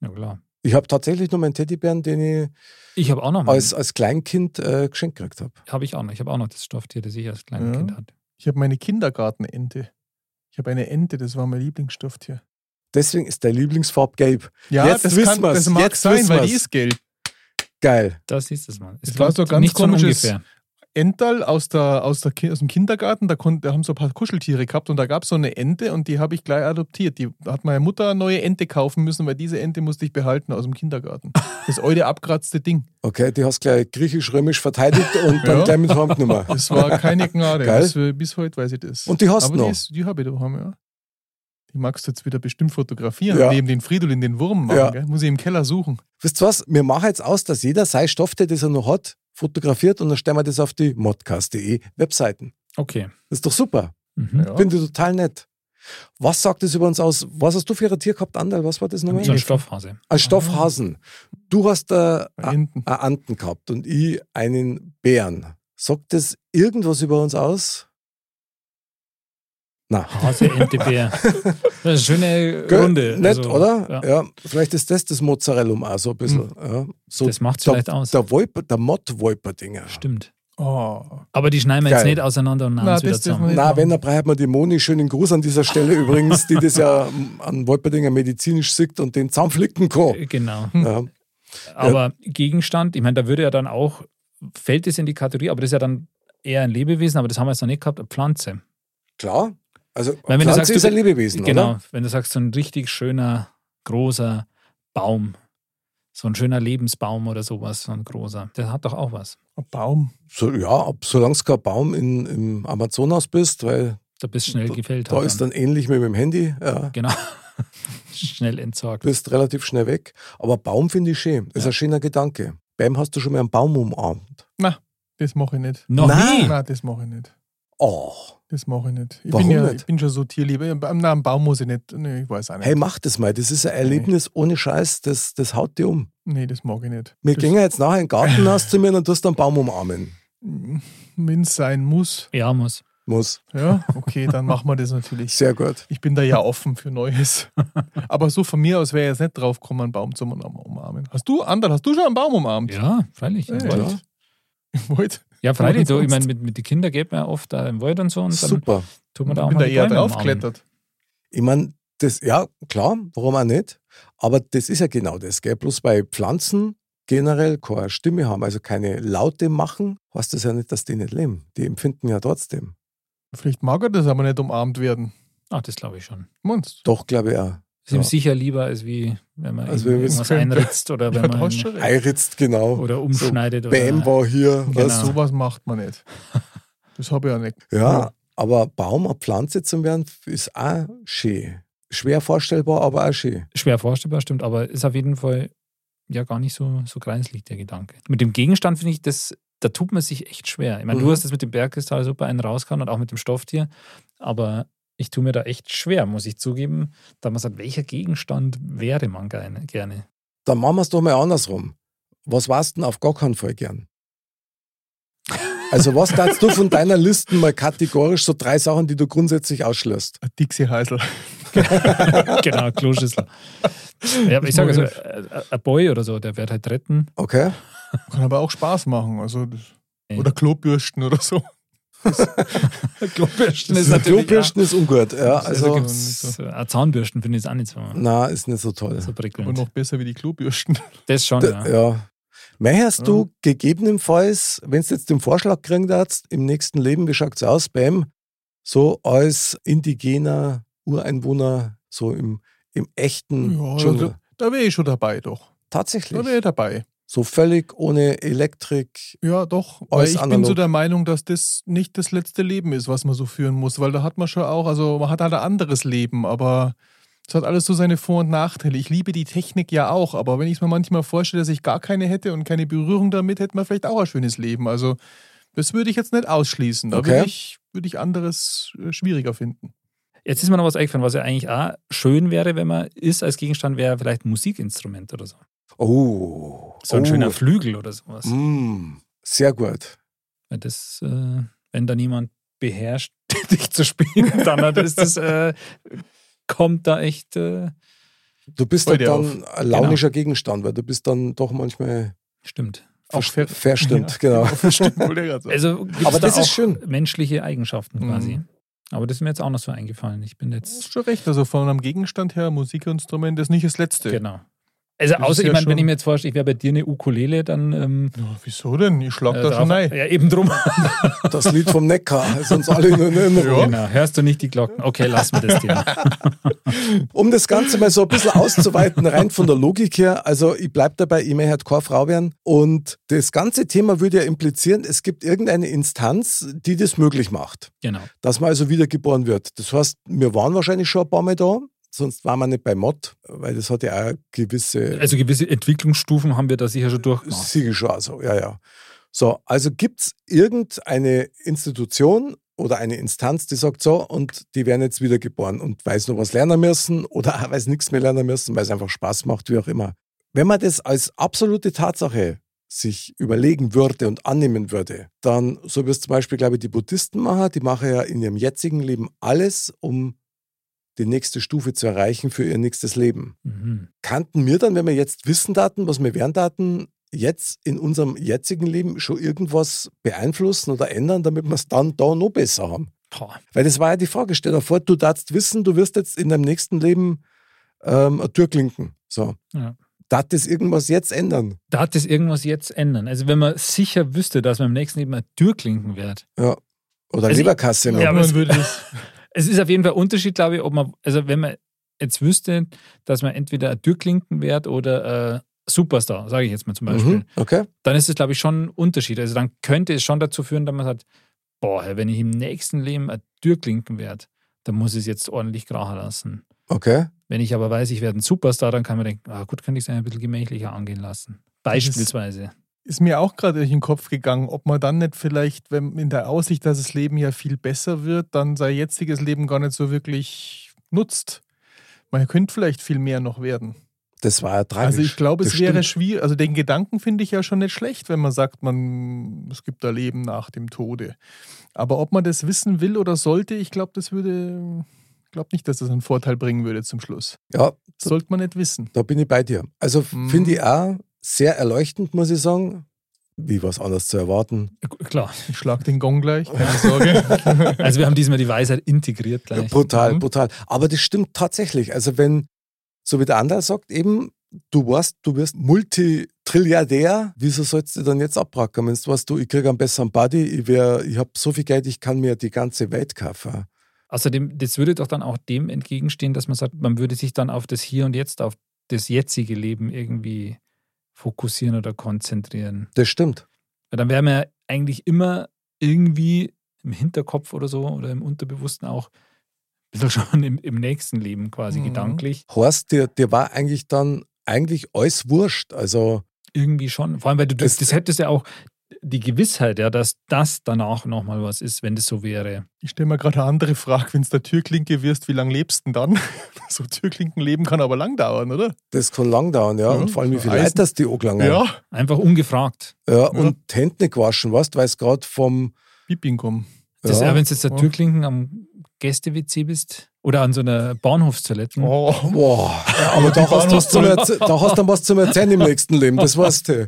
Speaker 3: Ja, klar.
Speaker 2: Ich habe tatsächlich nur meinen Teddybären, den ich
Speaker 3: Ich habe auch noch
Speaker 2: als, als Kleinkind äh, geschenkt gekriegt habe.
Speaker 3: Habe ich auch noch. Ich habe auch noch das Stofftier, das ich als kleines
Speaker 1: Ja.
Speaker 3: Kind hatte.
Speaker 1: Ich habe meine Kindergartenente. Ich habe eine Ente, das war mein Lieblingsstofftier.
Speaker 2: Deswegen ist der Lieblingsfarb gelb.
Speaker 1: Ja,
Speaker 2: Jetzt
Speaker 1: das, kann,
Speaker 2: wissen wir's.
Speaker 1: das mag
Speaker 2: Jetzt
Speaker 1: sein,
Speaker 2: wissen
Speaker 1: weil
Speaker 2: wir's.
Speaker 1: die ist gelb.
Speaker 2: Geil.
Speaker 3: Das ist es mal.
Speaker 1: Es war
Speaker 3: kommt
Speaker 1: so ganz
Speaker 3: nicht von
Speaker 1: komisches-
Speaker 3: ungefähr.
Speaker 1: Ental aus, der, aus, der, Ki- aus dem Kindergarten, da, kon, da haben so ein paar Kuscheltiere gehabt und da gab es so eine Ente und die habe ich gleich adoptiert. Die da hat meine Mutter eine neue Ente kaufen müssen, weil diese Ente musste ich behalten aus dem Kindergarten. Das alte abkratzte Ding.
Speaker 2: Okay, die hast gleich griechisch-römisch verteidigt und dann
Speaker 1: Ja.
Speaker 2: gleich mit Handnummer.
Speaker 1: Das war keine Gnade.
Speaker 2: Geil.
Speaker 1: Bis, bis heute weiß ich das.
Speaker 2: Und die hast
Speaker 1: Aber
Speaker 2: du noch?
Speaker 1: Die, ist, die habe ich daheim, ja. Die magst du jetzt wieder bestimmt fotografieren.
Speaker 2: Ja.
Speaker 1: Ja. Neben den Fridolin den Wurm machen,
Speaker 2: Ja.
Speaker 1: gell? Muss ich im Keller suchen.
Speaker 2: Wisst ihr was? Wir machen jetzt aus, dass jeder sein Stofftier, das er noch hat, fotografiert und dann stellen wir das auf die modcast.de Webseiten.
Speaker 3: Okay.
Speaker 2: Das ist doch super.
Speaker 3: Mhm.
Speaker 1: Ja.
Speaker 2: Finde ich total nett. Was sagt das über uns aus? Was hast du für ein Tier gehabt, Anderl? Was war das nochmal?
Speaker 3: So ein Stoffhase.
Speaker 2: Ein Stoffhasen. Du hast äh, da
Speaker 1: Bei Enten.
Speaker 2: eine Anten gehabt und ich einen Bären. Sagt das irgendwas über uns aus? Na.
Speaker 3: Hase, Ente, Bär. Das ist eine schöne
Speaker 2: Gell?
Speaker 3: Runde.
Speaker 2: Nett,
Speaker 3: Also,
Speaker 2: oder?
Speaker 3: Ja. Hm.
Speaker 2: Ja. Vielleicht ist das das Mozzarellum auch so ein bisschen. Ja. So
Speaker 3: Das macht es
Speaker 2: der-
Speaker 3: vielleicht aus.
Speaker 2: Der, Wolper, der Mott-Wolper-Dinger.
Speaker 3: Stimmt.
Speaker 1: Oh.
Speaker 3: Aber die schneiden wir jetzt
Speaker 2: Geil.
Speaker 3: nicht auseinander und
Speaker 1: Na,
Speaker 3: nahmen es
Speaker 1: das
Speaker 3: wieder
Speaker 1: dürfen wir
Speaker 3: zusammen.
Speaker 1: nicht.
Speaker 2: Na, wenn, dann braucht man die Moni. Schönen Gruß an dieser Stelle übrigens, die das ja an Wolperdinger medizinisch sieht und den zusammenflicken kann.
Speaker 3: Genau.
Speaker 2: Ja.
Speaker 3: Aber Gegenstand, ich meine, da würde ja dann auch, fällt es in die Kategorie, aber das ist ja dann eher ein Lebewesen, aber das haben wir jetzt noch nicht gehabt, eine Pflanze.
Speaker 2: Klar. Also,
Speaker 3: Weil wenn du
Speaker 2: Pflanze
Speaker 3: sagst, du-
Speaker 2: ist ein Lebewesen,
Speaker 3: genau,
Speaker 2: oder?
Speaker 3: wenn du sagst, so ein richtig schöner, großer Baum, so ein schöner Lebensbaum oder sowas, so ein großer, der hat doch auch was.
Speaker 1: Ein Baum.
Speaker 2: So, ja, ab- solange es kein Baum in, im Amazonas bist, weil
Speaker 3: Da bist du schnell gefällt.
Speaker 2: da
Speaker 3: halt
Speaker 2: ist dann ähnlich wie mit dem Handy. Ja.
Speaker 3: Genau. schnell entsorgt.
Speaker 2: Bist relativ schnell weg. Aber Baum finde ich schön. Ist ein schöner Gedanke. Beim hast du schon mal einen Baum umarmt.
Speaker 1: Na, das mache ich nicht.
Speaker 3: Noch
Speaker 2: Nein.
Speaker 3: nie.
Speaker 1: Na, das mache ich nicht.
Speaker 2: Oh.
Speaker 1: Das mache ich nicht. Ich
Speaker 2: Warum
Speaker 1: bin ja,
Speaker 2: nicht?
Speaker 1: Ich bin schon so tierlieber. Am Namen Baum muss ich nicht. Nee, ich weiß auch nicht.
Speaker 2: Hey, mach das mal. Das ist ein Erlebnis ohne Scheiß. Das, das haut dir um.
Speaker 1: Nee, das mag ich nicht.
Speaker 2: Wir gehen jetzt nachher in den Garten aus zu mir und tust einen Baum umarmen.
Speaker 1: Wenn es sein muss,
Speaker 3: Ja, muss.
Speaker 2: Muss.
Speaker 1: ja, okay, dann machen wir das natürlich.
Speaker 2: Sehr gut.
Speaker 1: Ich bin da ja offen für Neues. Aber so von mir aus wäre ich jetzt nicht drauf gekommen, einen Baum zu um-, umarmen. Hast du, Ander, hast du schon einen Baum umarmt?
Speaker 3: Ja, freilich.
Speaker 1: Ja,
Speaker 3: Im
Speaker 1: ja.
Speaker 3: Wald.
Speaker 1: Im Wald?
Speaker 3: Ja,
Speaker 1: Wo
Speaker 3: freilich.
Speaker 1: denn
Speaker 3: Du,
Speaker 1: sonst?
Speaker 3: ich meine, mit, mit den Kindern geht man ja oft da im Wald und so und dann
Speaker 2: Super.
Speaker 3: tut
Speaker 1: Ich
Speaker 3: man da auch
Speaker 1: bin
Speaker 3: mal
Speaker 1: da
Speaker 3: die
Speaker 1: eher
Speaker 3: Bäume umarmen.
Speaker 1: draufgeklettert.
Speaker 2: Ich meine, das, ja, klar, warum auch nicht? Aber das ist ja genau das, gell? Bloß bei Pflanzen generell keine Stimme haben, also keine Laute machen, heißt das ja nicht, dass die nicht leben. Die empfinden ja trotzdem.
Speaker 1: Vielleicht mag er das aber nicht umarmt werden.
Speaker 3: Ach, das glaube ich schon.
Speaker 1: Monst.
Speaker 2: Doch, glaube ich auch.
Speaker 3: Ist ihm
Speaker 2: Ja.
Speaker 3: sicher lieber, als wie wenn man
Speaker 2: Also, wenn wir
Speaker 3: irgendwas
Speaker 1: es könnten.
Speaker 3: einritzt oder wenn
Speaker 1: Ja, da
Speaker 3: man
Speaker 1: hast du recht.
Speaker 2: Eiritzt, genau.
Speaker 3: oder umschneidet
Speaker 2: Bäm
Speaker 3: oder
Speaker 2: war hier.
Speaker 1: Was,
Speaker 2: Was?
Speaker 3: Oh, Genau.
Speaker 1: sowas macht man nicht. Das habe ich ja nicht.
Speaker 2: Ja, aber Baum, eine Pflanze zu werden, ist auch schön. Schwer vorstellbar, aber auch schön.
Speaker 3: schwer vorstellbar, stimmt, aber ist auf jeden Fall ja gar nicht so, so kreislich, der Gedanke. Mit dem Gegenstand finde ich, das, da tut man sich echt schwer. Ich meine,
Speaker 2: Mhm.
Speaker 3: du hast das mit dem Bergkristall super einen rausgehauen und auch mit dem Stofftier, aber ich tue mir da echt schwer, muss ich zugeben, da man sagt, welcher Gegenstand wäre man gerne? gerne?
Speaker 2: Dann machen wir es doch mal andersrum. Was warst denn auf gar keinen Fall gern? Also, was darfst du von deiner Liste mal kategorisch so drei Sachen, die du grundsätzlich ausschließt?
Speaker 1: Ein Dixie Heisel.
Speaker 3: genau, Kloschüssel. Ja, aber ich sage also, äh, ein Boy oder so, der wird halt retten.
Speaker 2: Okay?
Speaker 1: Kann aber auch Spaß machen. Also das,
Speaker 3: Ey.
Speaker 1: oder Klobürsten oder so.
Speaker 3: Klobürsten ist
Speaker 2: Das
Speaker 3: natürlich.
Speaker 2: Klobürsten ist ungut. Ja,
Speaker 3: also,
Speaker 2: also,
Speaker 3: gibt's, äh, Zahnbürsten finde ich jetzt auch nicht so,
Speaker 2: na, ist nicht so toll.
Speaker 3: so prickelnd.
Speaker 1: Und noch besser wie die Klobürsten.
Speaker 3: das schon,
Speaker 2: D-
Speaker 3: ja.
Speaker 2: ja. Meinst du gegebenenfalls, wenn du jetzt den Vorschlag kriegen darfst, im nächsten Leben, wie schaut's aus, Bam, so als indigener Ureinwohner, so im, im echten
Speaker 1: Ja, also,
Speaker 2: Dschungel?
Speaker 1: da, da wäre ich schon dabei, doch.
Speaker 2: Tatsächlich.
Speaker 1: Da wäre ich dabei.
Speaker 2: So völlig ohne Elektrik.
Speaker 1: Ja, doch. Weil
Speaker 2: Alles
Speaker 1: ich bin
Speaker 2: analog.
Speaker 1: so der Meinung, dass das nicht das letzte Leben ist, was man so führen muss, weil da hat man schon auch, also man hat halt ein anderes Leben, aber es hat alles so seine Vor- und Nachteile. Ich liebe die Technik ja auch, aber wenn ich es mir manchmal vorstelle, dass ich gar keine hätte und keine Berührung damit, hätte man vielleicht auch ein schönes Leben. Also das würde ich jetzt nicht ausschließen. Da
Speaker 2: Okay.
Speaker 1: würde ich, würde ich anderes äh, schwieriger finden.
Speaker 3: Jetzt ist mir noch was eingefallen, was ja eigentlich auch schön wäre, wenn man ist als Gegenstand, wäre vielleicht ein Musikinstrument oder so.
Speaker 2: Oh.
Speaker 3: So ein
Speaker 2: oh.
Speaker 3: schöner Flügel oder sowas.
Speaker 1: Mhm.
Speaker 2: Mm, sehr gut.
Speaker 3: Weil das, äh, wenn da niemand beherrscht, dich zu spielen, dann hat- ist das, äh, kommt da echt. Äh,
Speaker 2: Du bist
Speaker 1: Voll
Speaker 2: halt
Speaker 1: dir
Speaker 2: dann ein launischer Gegenstand, weil du bist dann doch manchmal
Speaker 3: stimmt.
Speaker 1: Auch
Speaker 2: verst-
Speaker 1: ver-
Speaker 2: verstimmt,
Speaker 1: Ja,
Speaker 2: genau.
Speaker 1: verstimmt, wollte ich grad sagen.
Speaker 3: Also gibt's
Speaker 2: Aber das
Speaker 3: da
Speaker 2: ist
Speaker 3: auch
Speaker 2: schön.
Speaker 3: menschliche Eigenschaften
Speaker 1: Mhm.
Speaker 3: quasi. Aber das ist mir jetzt auch noch so eingefallen. Ich bin
Speaker 1: Das ist
Speaker 3: jetzt.
Speaker 1: schon recht. Also von einem Gegenstand her, Musikinstrument ist nicht das letzte.
Speaker 3: Genau. Also,
Speaker 1: Das
Speaker 3: außer,
Speaker 1: ist ja
Speaker 3: ich meine, wenn
Speaker 1: schon-
Speaker 3: ich mir jetzt vorstelle, ich wäre bei dir eine Ukulele, dann. Ähm,
Speaker 1: Ja, wieso denn? Ich schlag
Speaker 3: äh,
Speaker 1: da schon
Speaker 3: drauf-
Speaker 1: rein.
Speaker 3: ja, eben drum.
Speaker 2: Das Lied vom Neckar, ist uns alle in Erinnerung.
Speaker 3: Genau. Hörst du nicht die Glocken? Okay, lass mir das Thema.
Speaker 2: Um das Ganze mal so ein bisschen auszuweiten, rein von der Logik her, also ich bleibe dabei, ich möchte keine Frau werden. Und das ganze Thema würde ja implizieren, es gibt irgendeine Instanz, die das möglich macht,
Speaker 3: Genau.
Speaker 2: dass man also wiedergeboren wird. Das heißt, wir waren wahrscheinlich schon ein paar Mal da, sonst waren wir nicht bei Mod, weil das hat ja auch eine gewisse
Speaker 3: Also gewisse Entwicklungsstufen haben wir da sicher schon durchgemacht.
Speaker 2: Siege schon, also, ja, ja. So, also gibt es irgendeine Institution oder eine Instanz, die sagt so, und die werden jetzt wiedergeboren und weiß noch was lernen müssen oder auch weiß nichts mehr lernen müssen, weil es einfach Spaß macht, wie auch immer. Wenn man das als absolute Tatsache sich überlegen würde und annehmen würde, dann, so wie es zum Beispiel, glaube ich, die Buddhisten machen, die machen ja in ihrem jetzigen Leben alles, um die nächste Stufe zu erreichen für ihr nächstes Leben
Speaker 3: Mhm.
Speaker 2: kannten wir dann, wenn wir jetzt wissen Daten, was wir wären Daten, jetzt in unserem jetzigen Leben schon irgendwas beeinflussen oder ändern, damit wir es dann da noch besser haben?
Speaker 3: Boah.
Speaker 2: Weil das war ja die Frage. Stell dir vor, du darfst wissen, du wirst jetzt in deinem nächsten Leben ähm, eine Tür klinken. So.
Speaker 3: Ja.
Speaker 2: Darf das irgendwas jetzt ändern?
Speaker 3: Da hat das irgendwas jetzt ändern. Also wenn man sicher wüsste, dass man im nächsten Leben eine Türklinken wird.
Speaker 2: Oder
Speaker 3: Also ich-
Speaker 2: Leberkasse noch?
Speaker 3: Ja, aber
Speaker 1: man
Speaker 3: es-
Speaker 1: würde das
Speaker 3: Es ist auf jeden Fall ein Unterschied, glaube ich, ob man, also wenn man jetzt wüsste, dass man entweder ein Türklinken wird oder äh, Superstar, sage ich jetzt mal zum Beispiel,
Speaker 2: mhm. Okay.
Speaker 3: dann ist es, glaube ich, schon ein Unterschied. Also dann könnte es schon dazu führen, dass man sagt, boah, wenn ich im nächsten Leben ein Türklinken werde, dann muss ich es jetzt ordentlich krachen lassen.
Speaker 2: Okay.
Speaker 3: Wenn ich aber weiß, ich werde ein Superstar, dann kann man denken, ah, gut, könnte ich es ein bisschen gemächlicher angehen lassen. Beispielsweise.
Speaker 1: ist mir auch gerade durch den Kopf gegangen, ob man dann nicht vielleicht, wenn in der Aussicht, dass das Leben ja viel besser wird, dann sein jetziges Leben gar nicht so wirklich nutzt. Man könnte vielleicht viel mehr noch werden.
Speaker 2: Das war ja tragisch.
Speaker 1: Also ich glaube, es
Speaker 2: Das
Speaker 1: wäre
Speaker 2: stimmt.
Speaker 1: schwierig. Also den Gedanken finde ich ja schon nicht schlecht, wenn man sagt, man es gibt da Leben nach dem Tode. Aber ob man das wissen will oder sollte, ich glaube, das würde, ich glaube nicht, dass das einen Vorteil bringen würde zum Schluss.
Speaker 2: Ja,
Speaker 1: Das sollte man nicht wissen.
Speaker 2: Da bin ich bei dir. Also
Speaker 1: Mhm.
Speaker 2: finde ich auch sehr erleuchtend, muss ich sagen. Wie was anderes zu erwarten.
Speaker 3: Äh, Klar.
Speaker 1: Ich schlage den Gong gleich, keine Sorge.
Speaker 3: Also wir haben diesmal die Weisheit integriert
Speaker 2: Ja,
Speaker 3: gleich.
Speaker 2: brutal,
Speaker 1: Mhm.
Speaker 2: brutal. Aber das stimmt tatsächlich. Also wenn, so wie der andere sagt, eben, du weißt, du wirst Multitrilliardär, wieso sollst du dann jetzt abbracken? Wenn du weißt, du, ich krieg einen besseren Buddy, ich, wär- ich habe so viel Geld, ich kann mir die ganze Welt kaufen.
Speaker 3: Außerdem, das würde doch dann auch dem entgegenstehen, dass man sagt, man würde sich dann auf das Hier und Jetzt, auf das jetzige Leben irgendwie fokussieren oder konzentrieren.
Speaker 2: Das stimmt.
Speaker 3: Weil dann wäre man ja eigentlich immer irgendwie im Hinterkopf oder so oder im Unterbewussten auch ein bisschen schon im, im nächsten Leben quasi
Speaker 1: Mhm.
Speaker 3: gedanklich.
Speaker 2: Horst, dir, dir war eigentlich dann eigentlich alles wurscht. Also
Speaker 3: Irgendwie schon. Vor allem, weil du das,
Speaker 2: Es-
Speaker 3: das hättest ja auch die Gewissheit, ja, dass das danach nochmal was ist, wenn das so wäre.
Speaker 1: Ich stelle mir gerade eine andere Frage. Wenn es der Türklinke wirst, wie lange lebst du denn dann? So Türklinkenleben kann aber lang dauern, oder?
Speaker 2: das kann lang dauern, ja.
Speaker 1: Ja,
Speaker 2: Und vor allem, wie viel
Speaker 1: Eisen-
Speaker 2: Leid das die angelangt.
Speaker 3: Einfach ungefragt.
Speaker 2: Ja, und ja. Hände nicht gewaschen, weißt du, weil es gerade vom...
Speaker 1: Bibinkum.
Speaker 3: Das
Speaker 2: ja.
Speaker 3: ja. wenn du jetzt der
Speaker 1: Ja.
Speaker 3: Türklinken am Gäste-WC bist oder an so einer Bahnhofstoilette.
Speaker 1: Oh.
Speaker 2: Boah, aber da hast, du was zum Erz- da hast du dann was zum Erzählen im nächsten Leben, das weißt du.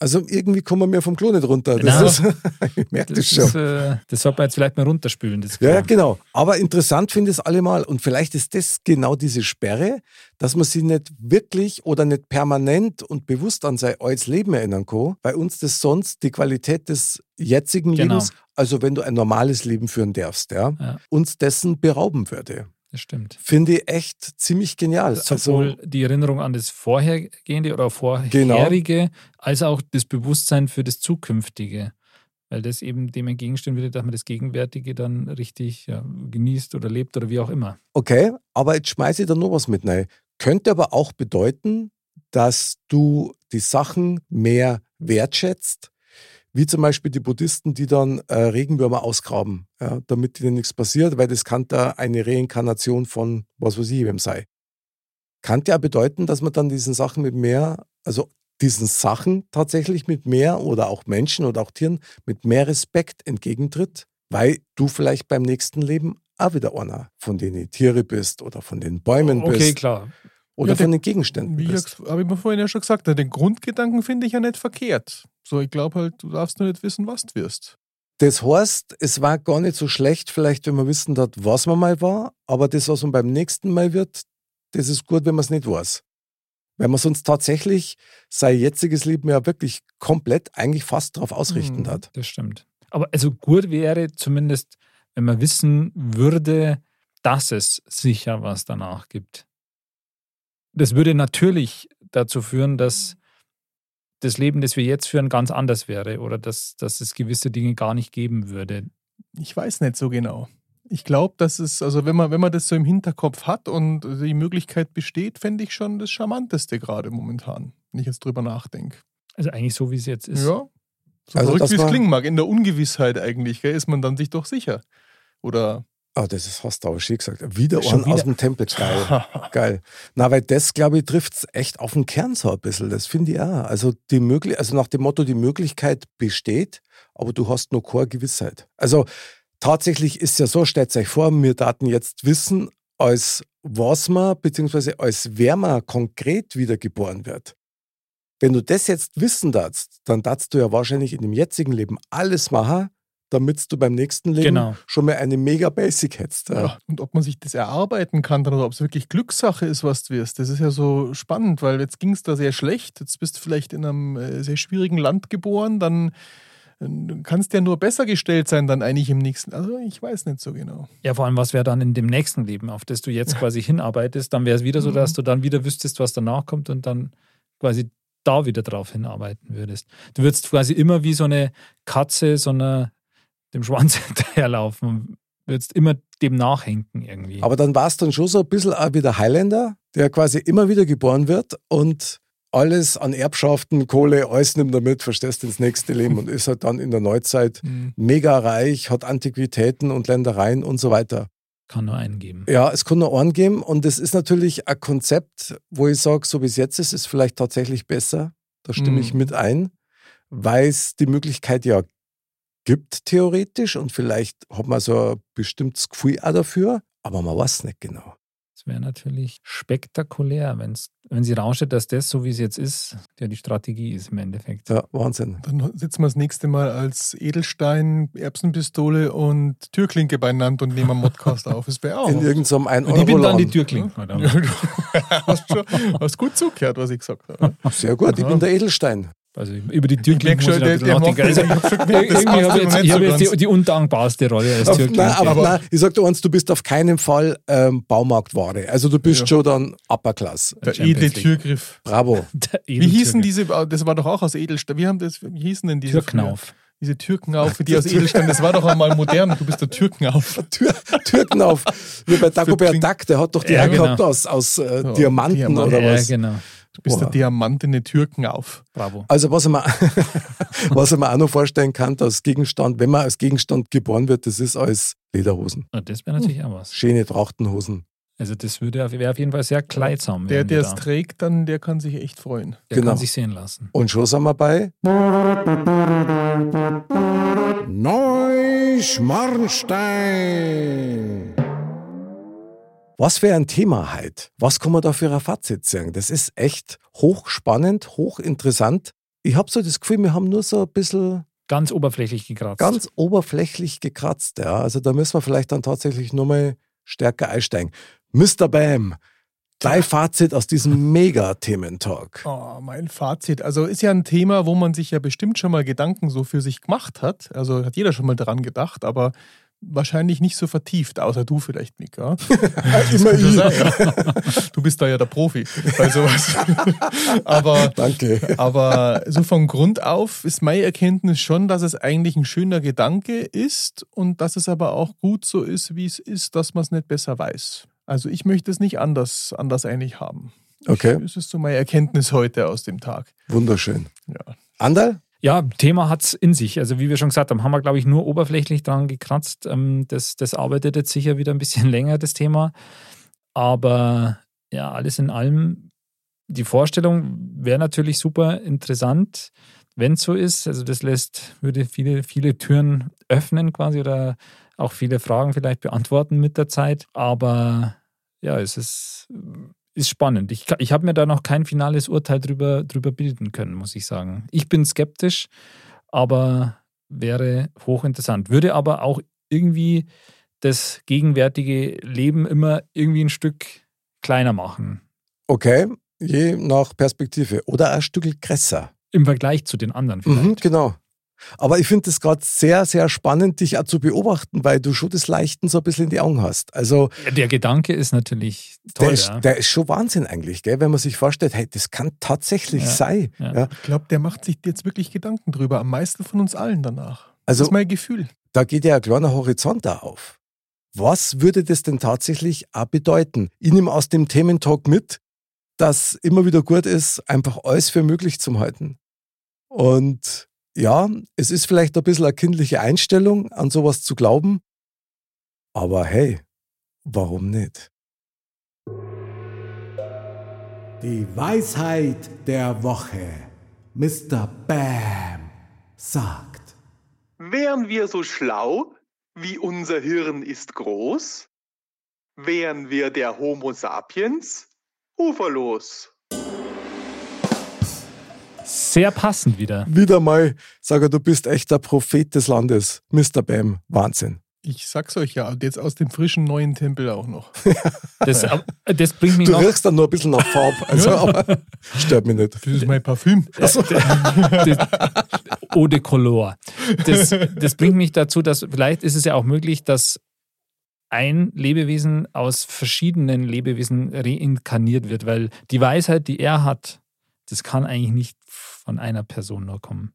Speaker 2: Also irgendwie kommen wir mir vom Klo nicht runter.
Speaker 3: Na.
Speaker 2: Das ist, ich merke das
Speaker 3: Das,
Speaker 2: schon.
Speaker 3: ist, äh, das sollte man jetzt vielleicht mal runterspülen. Das
Speaker 2: Ja, ja,
Speaker 3: Kram.
Speaker 2: genau. Aber interessant finde ich es allemal. Und vielleicht ist das genau diese Sperre, dass man sich nicht wirklich oder nicht permanent und bewusst an sein altes Leben erinnern kann, weil uns das sonst die Qualität des jetzigen
Speaker 3: Genau.
Speaker 2: Lebens, also wenn du ein normales Leben führen darfst, ja,
Speaker 3: Ja.
Speaker 2: uns dessen berauben würde.
Speaker 3: das stimmt.
Speaker 2: Finde ich echt ziemlich genial.
Speaker 3: Sowohl
Speaker 2: Also,
Speaker 3: die Erinnerung an das Vorhergehende oder Vorherige, als auch das Bewusstsein für das Zukünftige. Weil das eben dem entgegenstehen würde, dass man das Gegenwärtige dann richtig ja, genießt oder lebt oder wie auch immer.
Speaker 2: okay, aber jetzt schmeiße ich da nur was mit rein. Könnte aber auch bedeuten, dass du die Sachen mehr wertschätzt, wie zum Beispiel die Buddhisten, die dann äh, Regenwürmer ausgraben, ja, damit ihnen nichts passiert, weil das kann da eine Reinkarnation von was weiß ich wem sei. Kann ja bedeuten, dass man dann diesen Sachen mit mehr, also diesen Sachen tatsächlich mit mehr oder auch Menschen oder auch Tieren mit mehr Respekt entgegentritt, weil du vielleicht beim nächsten Leben auch wieder einer von denen Tiere bist oder von den Bäumen
Speaker 3: Okay,
Speaker 2: bist
Speaker 3: klar.
Speaker 2: oder
Speaker 1: Ja,
Speaker 2: von
Speaker 1: den-
Speaker 2: den Gegenständen
Speaker 1: Wie
Speaker 2: bist.
Speaker 1: habe ich mir vorhin ja schon gesagt, den Grundgedanken finde ich ja nicht verkehrt. So, ich glaube halt, du darfst nur nicht wissen, was du wirst.
Speaker 2: Das heißt, es war gar nicht so schlecht, vielleicht, wenn man wissen hat, was man mal war, aber das, was man beim nächsten Mal wird, das ist gut, wenn man es nicht weiß. Weil man sonst tatsächlich sein jetziges Leben ja wirklich komplett eigentlich fast darauf ausrichten
Speaker 1: Mhm.
Speaker 2: hat.
Speaker 3: Das stimmt. Aber also gut wäre zumindest, wenn man wissen würde, dass es sicher was danach gibt. Das würde natürlich dazu führen, dass das Leben, das wir jetzt führen, ganz anders wäre oder dass, dass es gewisse Dinge gar nicht geben würde.
Speaker 1: Ich weiß nicht so genau. Ich glaube, dass es, also wenn man, wenn man das so im Hinterkopf hat und die Möglichkeit besteht, fände ich schon das Charmanteste gerade momentan, wenn ich jetzt drüber nachdenke.
Speaker 3: Also eigentlich so, wie es jetzt ist.
Speaker 1: Ja. So
Speaker 2: Also, dass
Speaker 1: verrückt, wie es
Speaker 2: man-
Speaker 1: klingen mag, in der Ungewissheit eigentlich, gell, ist man dann sich doch sicher. Oder
Speaker 2: Ah, das ist fast aber schier gesagt. Wieder
Speaker 3: Schon
Speaker 2: einen aus
Speaker 3: wieder.
Speaker 2: dem Tempel. Geil. Geil. Na, weil das, glaube ich, trifft es echt auf den Kern so ein bisschen. Das finde ich auch. Also, die möglich also nach dem Motto, die Möglichkeit besteht, aber du hast nur keine Gewissheit. Also tatsächlich ist ja so, stellt euch vor, wir daten jetzt wissen, als was man, beziehungsweise als wer man konkret wiedergeboren wird. Wenn du das jetzt wissen darfst, dann darfst du ja wahrscheinlich in dem jetzigen Leben alles machen, damit du beim nächsten Leben
Speaker 3: Genau.
Speaker 2: schon mal eine mega Basic hättest.
Speaker 1: ja. und ob man sich das erarbeiten kann dann, oder ob es wirklich Glückssache ist, was du wirst. Das ist ja so spannend, weil jetzt ging es da sehr schlecht. Jetzt bist du vielleicht in einem äh, sehr schwierigen Land geboren, dann äh, kannst du ja nur besser gestellt sein, dann eigentlich im nächsten. Also ich weiß nicht so genau.
Speaker 3: Ja, vor allem, was wäre dann in dem nächsten Leben, auf das du jetzt quasi hinarbeitest, dann wäre es wieder so, dass
Speaker 2: Mhm.
Speaker 3: du dann wieder wüsstest, was danach kommt und dann quasi da wieder drauf hinarbeiten würdest. Du würdest quasi immer wie so eine Katze, so einer dem Schwanz hinterherlaufen und würdest immer dem nachhinken irgendwie.
Speaker 2: Aber dann war es dann schon so ein bisschen auch wie der Highlander, der quasi immer wieder geboren wird und alles an Erbschaften, Kohle, alles nimmt er mit, verstehst du, ins nächste Leben und ist halt dann in der Neuzeit mega reich, hat Antiquitäten und Ländereien und so weiter.
Speaker 3: Kann nur einen geben.
Speaker 2: Ja, es kann nur einen geben und es ist natürlich ein Konzept, wo ich sage, so wie es jetzt ist, ist vielleicht tatsächlich besser. Da stimme
Speaker 1: Mhm.
Speaker 2: ich mit ein, weil es die Möglichkeit ja gibt, theoretisch, und vielleicht hat man so ein bestimmtes Gefühl auch dafür, aber man weiß nicht genau.
Speaker 3: Das wäre natürlich spektakulär, wenn's, wenn sie rausstellt, dass das, so wie es jetzt ist, ja die Strategie ist im Endeffekt.
Speaker 2: Ja, Wahnsinn.
Speaker 1: Dann sitzen wir das nächste Mal als Edelstein, Erbsenpistole und Türklinke beieinander und nehmen einen Modcast auf. Ist wäre auch.
Speaker 2: In irgendeinem ein
Speaker 3: Und ich bin dann
Speaker 2: Euro-Laden.
Speaker 3: die halt Türklinke. oder?
Speaker 1: Ja, du hast, schon, hast gut zugehört, was ich gesagt habe.
Speaker 2: Sehr gut, ich
Speaker 1: Aha.
Speaker 2: bin der Edelstein.
Speaker 3: Also über die Türklinke
Speaker 1: merk
Speaker 3: muss ich noch ein bisschen
Speaker 1: ich
Speaker 3: nachdenken. Also,
Speaker 1: hab schon gemerkt, das
Speaker 3: Irgendwie
Speaker 1: passt
Speaker 3: habe
Speaker 1: ihm
Speaker 3: ich jetzt,
Speaker 1: nicht
Speaker 3: ich
Speaker 1: so
Speaker 3: habe jetzt die,
Speaker 1: ganz.
Speaker 3: die undankbarste Rolle als
Speaker 2: Auf,
Speaker 3: Türklinke.
Speaker 2: nein, aber,
Speaker 1: Aber-
Speaker 2: nein, ich sag dir eins, du bist auf keinen Fall ähm, Baumarktware. Also du bist
Speaker 1: Ja.
Speaker 2: schon dann Upper Class.
Speaker 1: Der
Speaker 3: Champions
Speaker 1: edle
Speaker 3: League.
Speaker 1: Türgriff.
Speaker 2: Bravo.
Speaker 1: Wie hießen diese, ah, das war doch auch aus Edelstein. Wie, haben das, wie hießen denn diese? früher?
Speaker 3: Türknauf.
Speaker 1: Diese Türkenauf, die aus Edelstein, das war doch einmal modern. Du bist der Türkenauf.
Speaker 2: Tür, Türken auf. Wie bei Dagobert
Speaker 1: Kling-
Speaker 2: Duck, der hat doch die
Speaker 3: Ja,
Speaker 2: ja,
Speaker 3: genau.
Speaker 2: gehabt aus, aus äh,
Speaker 1: So,
Speaker 2: Diamanten
Speaker 1: Diamant.
Speaker 2: oder
Speaker 3: Ja,
Speaker 2: was.
Speaker 3: genau.
Speaker 1: Du bist der
Speaker 2: Boah.
Speaker 1: diamantene Türkenauf.
Speaker 3: Bravo.
Speaker 2: Also was man, was man auch noch vorstellen kann, als Gegenstand, wenn man als Gegenstand geboren wird, das ist alles Lederhosen.
Speaker 3: Na, das wäre natürlich auch was.
Speaker 2: Schöne Trachtenhosen.
Speaker 3: Also das würde auf- wäre auf jeden Fall sehr kleidsam.
Speaker 1: Der,
Speaker 3: wenn
Speaker 1: der
Speaker 3: wir
Speaker 1: es
Speaker 3: da-
Speaker 1: trägt, dann der kann sich echt freuen.
Speaker 3: der
Speaker 2: genau.
Speaker 3: kann sich sehen lassen.
Speaker 2: Und schon sind wir bei
Speaker 5: Neuschmarnstein.
Speaker 2: Was für ein Thema halt? Was kann man da für ein Fazit sagen? Das ist echt hochspannend, hochinteressant. ich habe so das Gefühl, wir haben nur so ein bisschen
Speaker 3: Ganz oberflächlich gekratzt.
Speaker 2: ganz oberflächlich gekratzt. Ja. Also da müssen wir vielleicht dann tatsächlich nochmal stärker einsteigen. Mr. Bam, dein Fazit aus diesem Mega-Thementalk.
Speaker 1: Oh, mein Fazit. Also ist ja ein Thema, wo man sich ja bestimmt schon mal Gedanken so für sich gemacht hat. Also hat jeder schon mal dran gedacht, aber wahrscheinlich nicht so vertieft, außer du vielleicht, Mika.
Speaker 2: Immer
Speaker 1: Kann
Speaker 2: ich.
Speaker 1: schon sein, ja. Du bist da ja der Profi bei sowas. aber,
Speaker 2: Danke.
Speaker 1: aber so von Grund auf ist meine Erkenntnis schon, dass es eigentlich ein schöner Gedanke ist und dass es aber auch gut so ist, wie es ist, dass man es nicht besser weiß. Also ich möchte es nicht anders, anders eigentlich haben.
Speaker 2: Okay.
Speaker 1: Das ist so meine Erkenntnis heute aus dem Tag.
Speaker 2: Wunderschön.
Speaker 1: Ja.
Speaker 2: Anderl?
Speaker 3: Ja, Thema hat es in sich. Also wie wir schon gesagt haben, haben wir, glaube ich, nur oberflächlich dran gekratzt. Ähm, Das, das arbeitet jetzt sicher wieder ein bisschen länger, das Thema. Aber ja, alles in allem, die Vorstellung wäre natürlich super interessant, wenn es so ist. Also das lässt, würde viele, viele Türen öffnen quasi oder auch viele Fragen vielleicht beantworten mit der Zeit. Aber ja, es ist, ist spannend. Ich, ka- ich habe mir da noch kein finales Urteil drüber, drüber bilden können, muss ich sagen. Ich bin skeptisch, aber wäre hochinteressant. Würde aber auch irgendwie das gegenwärtige Leben immer irgendwie ein Stück kleiner machen.
Speaker 2: Okay, je nach Perspektive. Oder ein Stück größer.
Speaker 3: Im Vergleich zu den anderen vielleicht.
Speaker 2: Mhm, genau. Aber ich finde es gerade sehr, sehr spannend, dich auch zu beobachten, weil du schon das Leichten so ein bisschen in die Augen hast. Also
Speaker 3: Ja, Der Gedanke ist natürlich toll.
Speaker 2: der, ist,
Speaker 3: ja.
Speaker 2: der ist schon Wahnsinn eigentlich, gell? wenn man sich vorstellt, hey, das kann tatsächlich
Speaker 3: Ja,
Speaker 2: sein. Ja.
Speaker 3: ja.
Speaker 1: Ich glaube, der macht sich jetzt wirklich Gedanken drüber, am meisten von uns allen danach. das
Speaker 2: Also
Speaker 1: ist mein Gefühl.
Speaker 2: da geht ja ein kleiner Horizont da auf. Was würde das denn tatsächlich auch bedeuten? Ich nehme aus dem Thementalk mit, dass immer wieder gut ist, einfach alles für möglich zu halten. Und ja, es ist vielleicht ein bisschen eine kindliche Einstellung, an sowas zu glauben. Aber hey, warum nicht?
Speaker 5: Die Weisheit der Woche. Mr. Bam sagt.
Speaker 6: Wären wir so schlau, wie unser Hirn ist groß? Wären wir der Homo sapiens? Uferlos.
Speaker 3: Sehr passend wieder.
Speaker 2: Wieder mal, sage du bist echt der Prophet des Landes. Mr. Bam, Wahnsinn.
Speaker 1: Ich sag's euch ja, und jetzt aus dem frischen neuen Tempel auch noch.
Speaker 3: Das, das bringt mich
Speaker 2: Du
Speaker 3: noch
Speaker 2: riechst dann nur ein bisschen nach Farb, also aber stört mich nicht.
Speaker 1: Das ist mein Parfüm.
Speaker 3: Das- Eau de Color. Das, das bringt mich dazu, dass vielleicht ist es ja auch möglich, dass ein Lebewesen aus verschiedenen Lebewesen reinkarniert wird, weil die Weisheit, die er hat, das kann eigentlich nicht von einer Person nur kommen.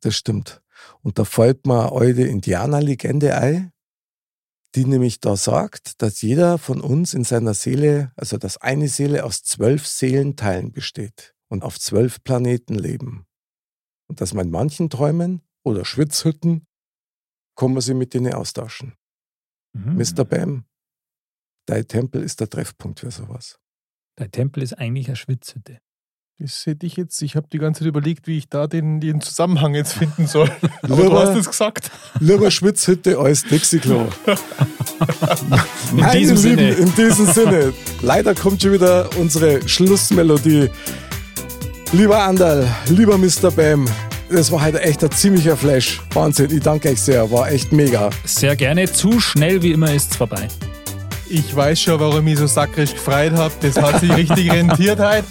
Speaker 2: Das stimmt. Und da fällt mir eine alte Indianerlegende ein, die nämlich da sagt, dass jeder von uns in seiner Seele, also dass eine Seele aus zwölf Seelenteilen besteht und auf zwölf Planeten leben. Und dass man in manchen Träumen oder Schwitzhütten kann man sie mit denen austauschen.
Speaker 3: Mhm.
Speaker 2: Mr. Bam, dein Tempel ist der Treffpunkt für sowas.
Speaker 3: Der Tempel ist eigentlich eine Schwitzhütte.
Speaker 1: Das hätte ich jetzt, ich habe die ganze Zeit überlegt, wie ich da den, den Zusammenhang jetzt finden soll. Aber du
Speaker 2: Lieber-
Speaker 1: hast es gesagt.
Speaker 2: Lieber Schwitzhütte als Dixie-Klo.
Speaker 3: In
Speaker 2: Meine
Speaker 3: diesem
Speaker 2: Lieben,
Speaker 3: Sinne.
Speaker 2: in diesem Sinne. Leider kommt schon wieder unsere Schlussmelodie. Lieber Andal, lieber Mr. Bam, das war heute echt ein ziemlicher Flash. Wahnsinn, ich danke euch sehr, war echt mega.
Speaker 3: Sehr gerne. Zu schnell wie immer ist es vorbei.
Speaker 1: Ich weiß schon, warum ich so sakrisch gefreut habe. Das hat sich richtig rentiert heute.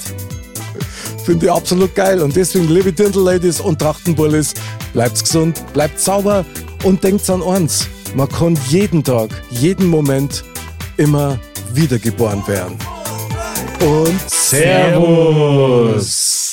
Speaker 2: Finde ich absolut geil und deswegen, liebe Dirndl-Ladies und Trachtenbullis, bleibt's gesund, bleibt sauber und denkt an uns. Man kann jeden Tag, jeden Moment immer wiedergeboren werden. Und Servus.